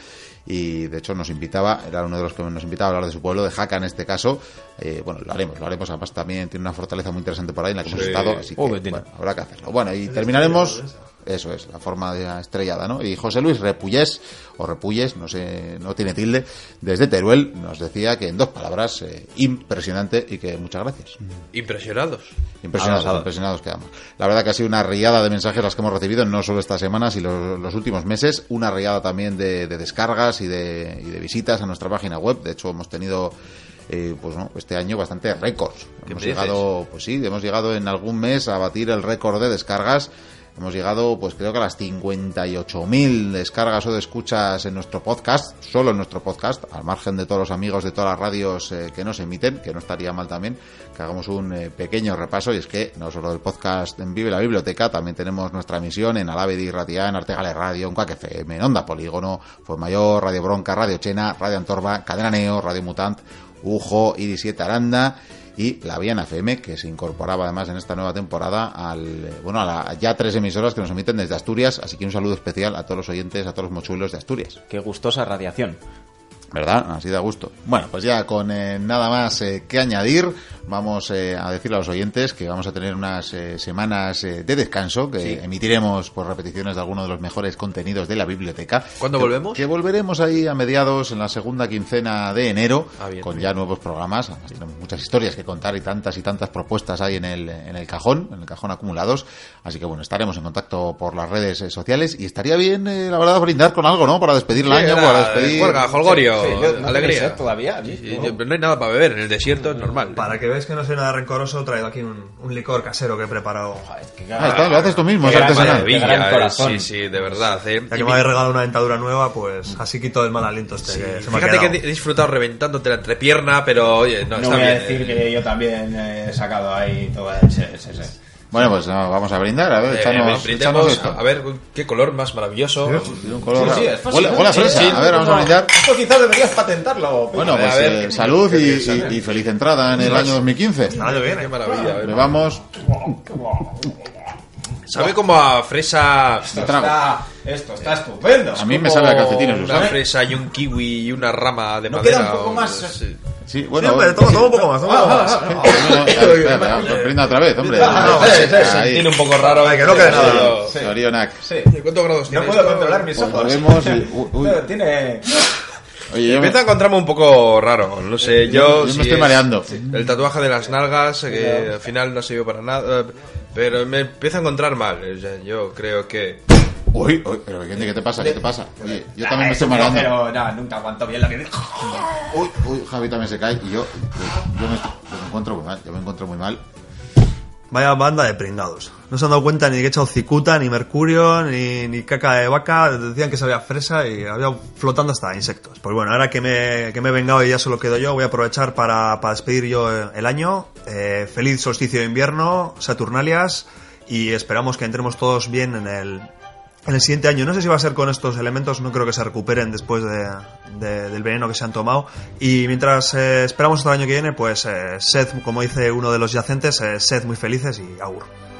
y de hecho nos invitaba, era uno de los que nos invitaba a hablar de su pueblo, de Jaca en este caso. Eh, bueno, lo haremos, lo haremos, además también tiene una fortaleza muy interesante por ahí en la que hemos Sí. estado, así que Oh, que tiene. bueno, habrá que hacerlo. Bueno, y terminaremos... Eso es, la forma de la estrellada, ¿no? Y José Luis Repuyes, o Repuyes, no sé, no tiene tilde, desde Teruel nos decía que en dos palabras, eh, impresionante y que muchas gracias. Impresionados. Impresionados, Avanzado. impresionados quedamos. La verdad que ha sido una riada de mensajes las que hemos recibido, no solo esta semana, sino los, los últimos meses. Una riada también de, de descargas y de, y de visitas a nuestra página web. De hecho, hemos tenido, eh, pues no, este año bastante récords. ¿Qué Hemos me dices? llegado, pues sí, hemos llegado en algún mes a batir el récord de descargas. Hemos llegado, pues creo que a las 58.000 descargas o de escuchas en nuestro podcast, solo en nuestro podcast, al margen de todos los amigos de todas las radios eh, que nos emiten, que no estaría mal también que hagamos un eh, pequeño repaso. Y es que no solo el podcast en Vive la Biblioteca, también tenemos nuestra emisión en Alave de Irratia, en Artegale Radio, en Cuac FM, en Onda Polígono, Mayor, Radio Bronca, Radio Chena, Radio Antorba, Cadena Neo, Radio Mutant, Ujo, Iris 7 Aranda y la Viana FM, que se incorporaba además en esta nueva temporada al, eh, bueno, a la- ya tres emisoras que nos emiten desde Asturias, así que un saludo especial a todos los oyentes, a todos los mochuelos de Asturias. Qué gustosa radiación. ¿Verdad? Así da gusto. Bueno, pues ya con eh, nada más eh, que añadir, vamos eh, a decirle a los oyentes que vamos a tener unas eh, semanas eh, de descanso, que Sí. emitiremos por repeticiones de alguno de los mejores contenidos de la biblioteca. ¿Cuándo Que- volvemos? Que volveremos ahí a mediados, en la segunda quincena de enero, Ah, bien, con ya nuevos programas. Además, tenemos muchas historias que contar y tantas y tantas propuestas hay en el, en el cajón, en el cajón acumulados. Así que bueno, estaremos en contacto por las redes eh, sociales y estaría bien, eh, la verdad, brindar con algo, ¿no? Para despedir el Sí, año, era, para despedir. juerga, jolgorio, Sí, sí, no- no tenéis alegría. sed todavía, Sí, ¿no? sí, no hay nada para beber en el desierto, es normal. Para que veáis que no soy nada rencoroso, he traído aquí un, un licor casero que he preparado. Ah, está, lo haces tú mismo, es artesanal. maravilla, Gran eh, corazón. Sí, sí, de verdad. eh. Ya Y que mi- me habéis regalado una dentadura nueva, pues así quito el mal aliento este Sí, que se me ha Fíjate que quedado. he disfrutado reventándote la entrepierna, pero oye, no, No, voy a está bien. eh. decir que yo también he sacado ahí todo ese... ese- ese. Bueno, pues no, vamos a brindar, a ver, Eh, echanos, brindemos, echanos esto. a ver qué color más maravilloso. un color Sí, sí, raro. es fascinante. Huele- huele a fresa. Sí, sí, A ver, vamos a brindar. Esto quizás deberías patentarlo. Pedro. Bueno, pues A ver, eh, ¿qué- salud qué y, piensan, y- eh? y feliz entrada en el Pues, año 2015. Qué maravilla. eh. Pues, Vamos, Sabe como a fresa. Esto está, esto está estupendo. A mí me sabe a calcetines, Una ¿sabes? fresa y un kiwi y una rama de No madera. queda un poco o- más. Pues, sí. Sí, Sí, bueno. hombre, toma, toma un poco Ah, más, toma un poco más. No, (laughs) no, espera, espera, pues brinda otra vez, hombre. Ah, Se Ahí. tiene un poco raro. eh, Ay, que no quede nada. pero- Sí, Orionac. Sí. ¿De ¿Cuántos grados No tiene puedo esto? controlar mis Pues ojos. volvemos y- uy, uy. Pero tiene... Oye, yo me- Empieza a encontrarme un poco raro, no sé, Eh, yo... yo me si estoy es mareando. El tatuaje de las nalgas, eh, que eh, al final no sirvió para nada, pero me empieza a encontrar mal, o sea, yo eh, creo que... Uy, uy, pero Vicente, ¿qué te pasa? ¿Qué te pasa? Oye, yo también Ah, me estoy es un mareando. (laughs) Pero no, nunca aguanto bien lo que digo. Uy, uy, Javi también se cae y yo, yo, me, yo me encuentro muy mal, yo me encuentro muy mal. Vaya banda de pringados. No se han dado cuenta ni que he echado cicuta, ni mercurio, ni, ni caca de vaca. Decían que sabía fresa y había flotando hasta insectos. Pues bueno, ahora que me, que me he vengado y ya solo quedo yo, voy a aprovechar para, para despedir yo eh, el año. Eh, feliz solsticio de invierno, Saturnalias, y esperamos que entremos todos bien en el, en el siguiente año. No sé si va a ser con estos elementos, no creo que se recuperen después de, de- del veneno que se han tomado. Y mientras eh, esperamos hasta el año que viene, pues eh, sed, como dice uno de los yacentes, eh, sed muy felices y agur.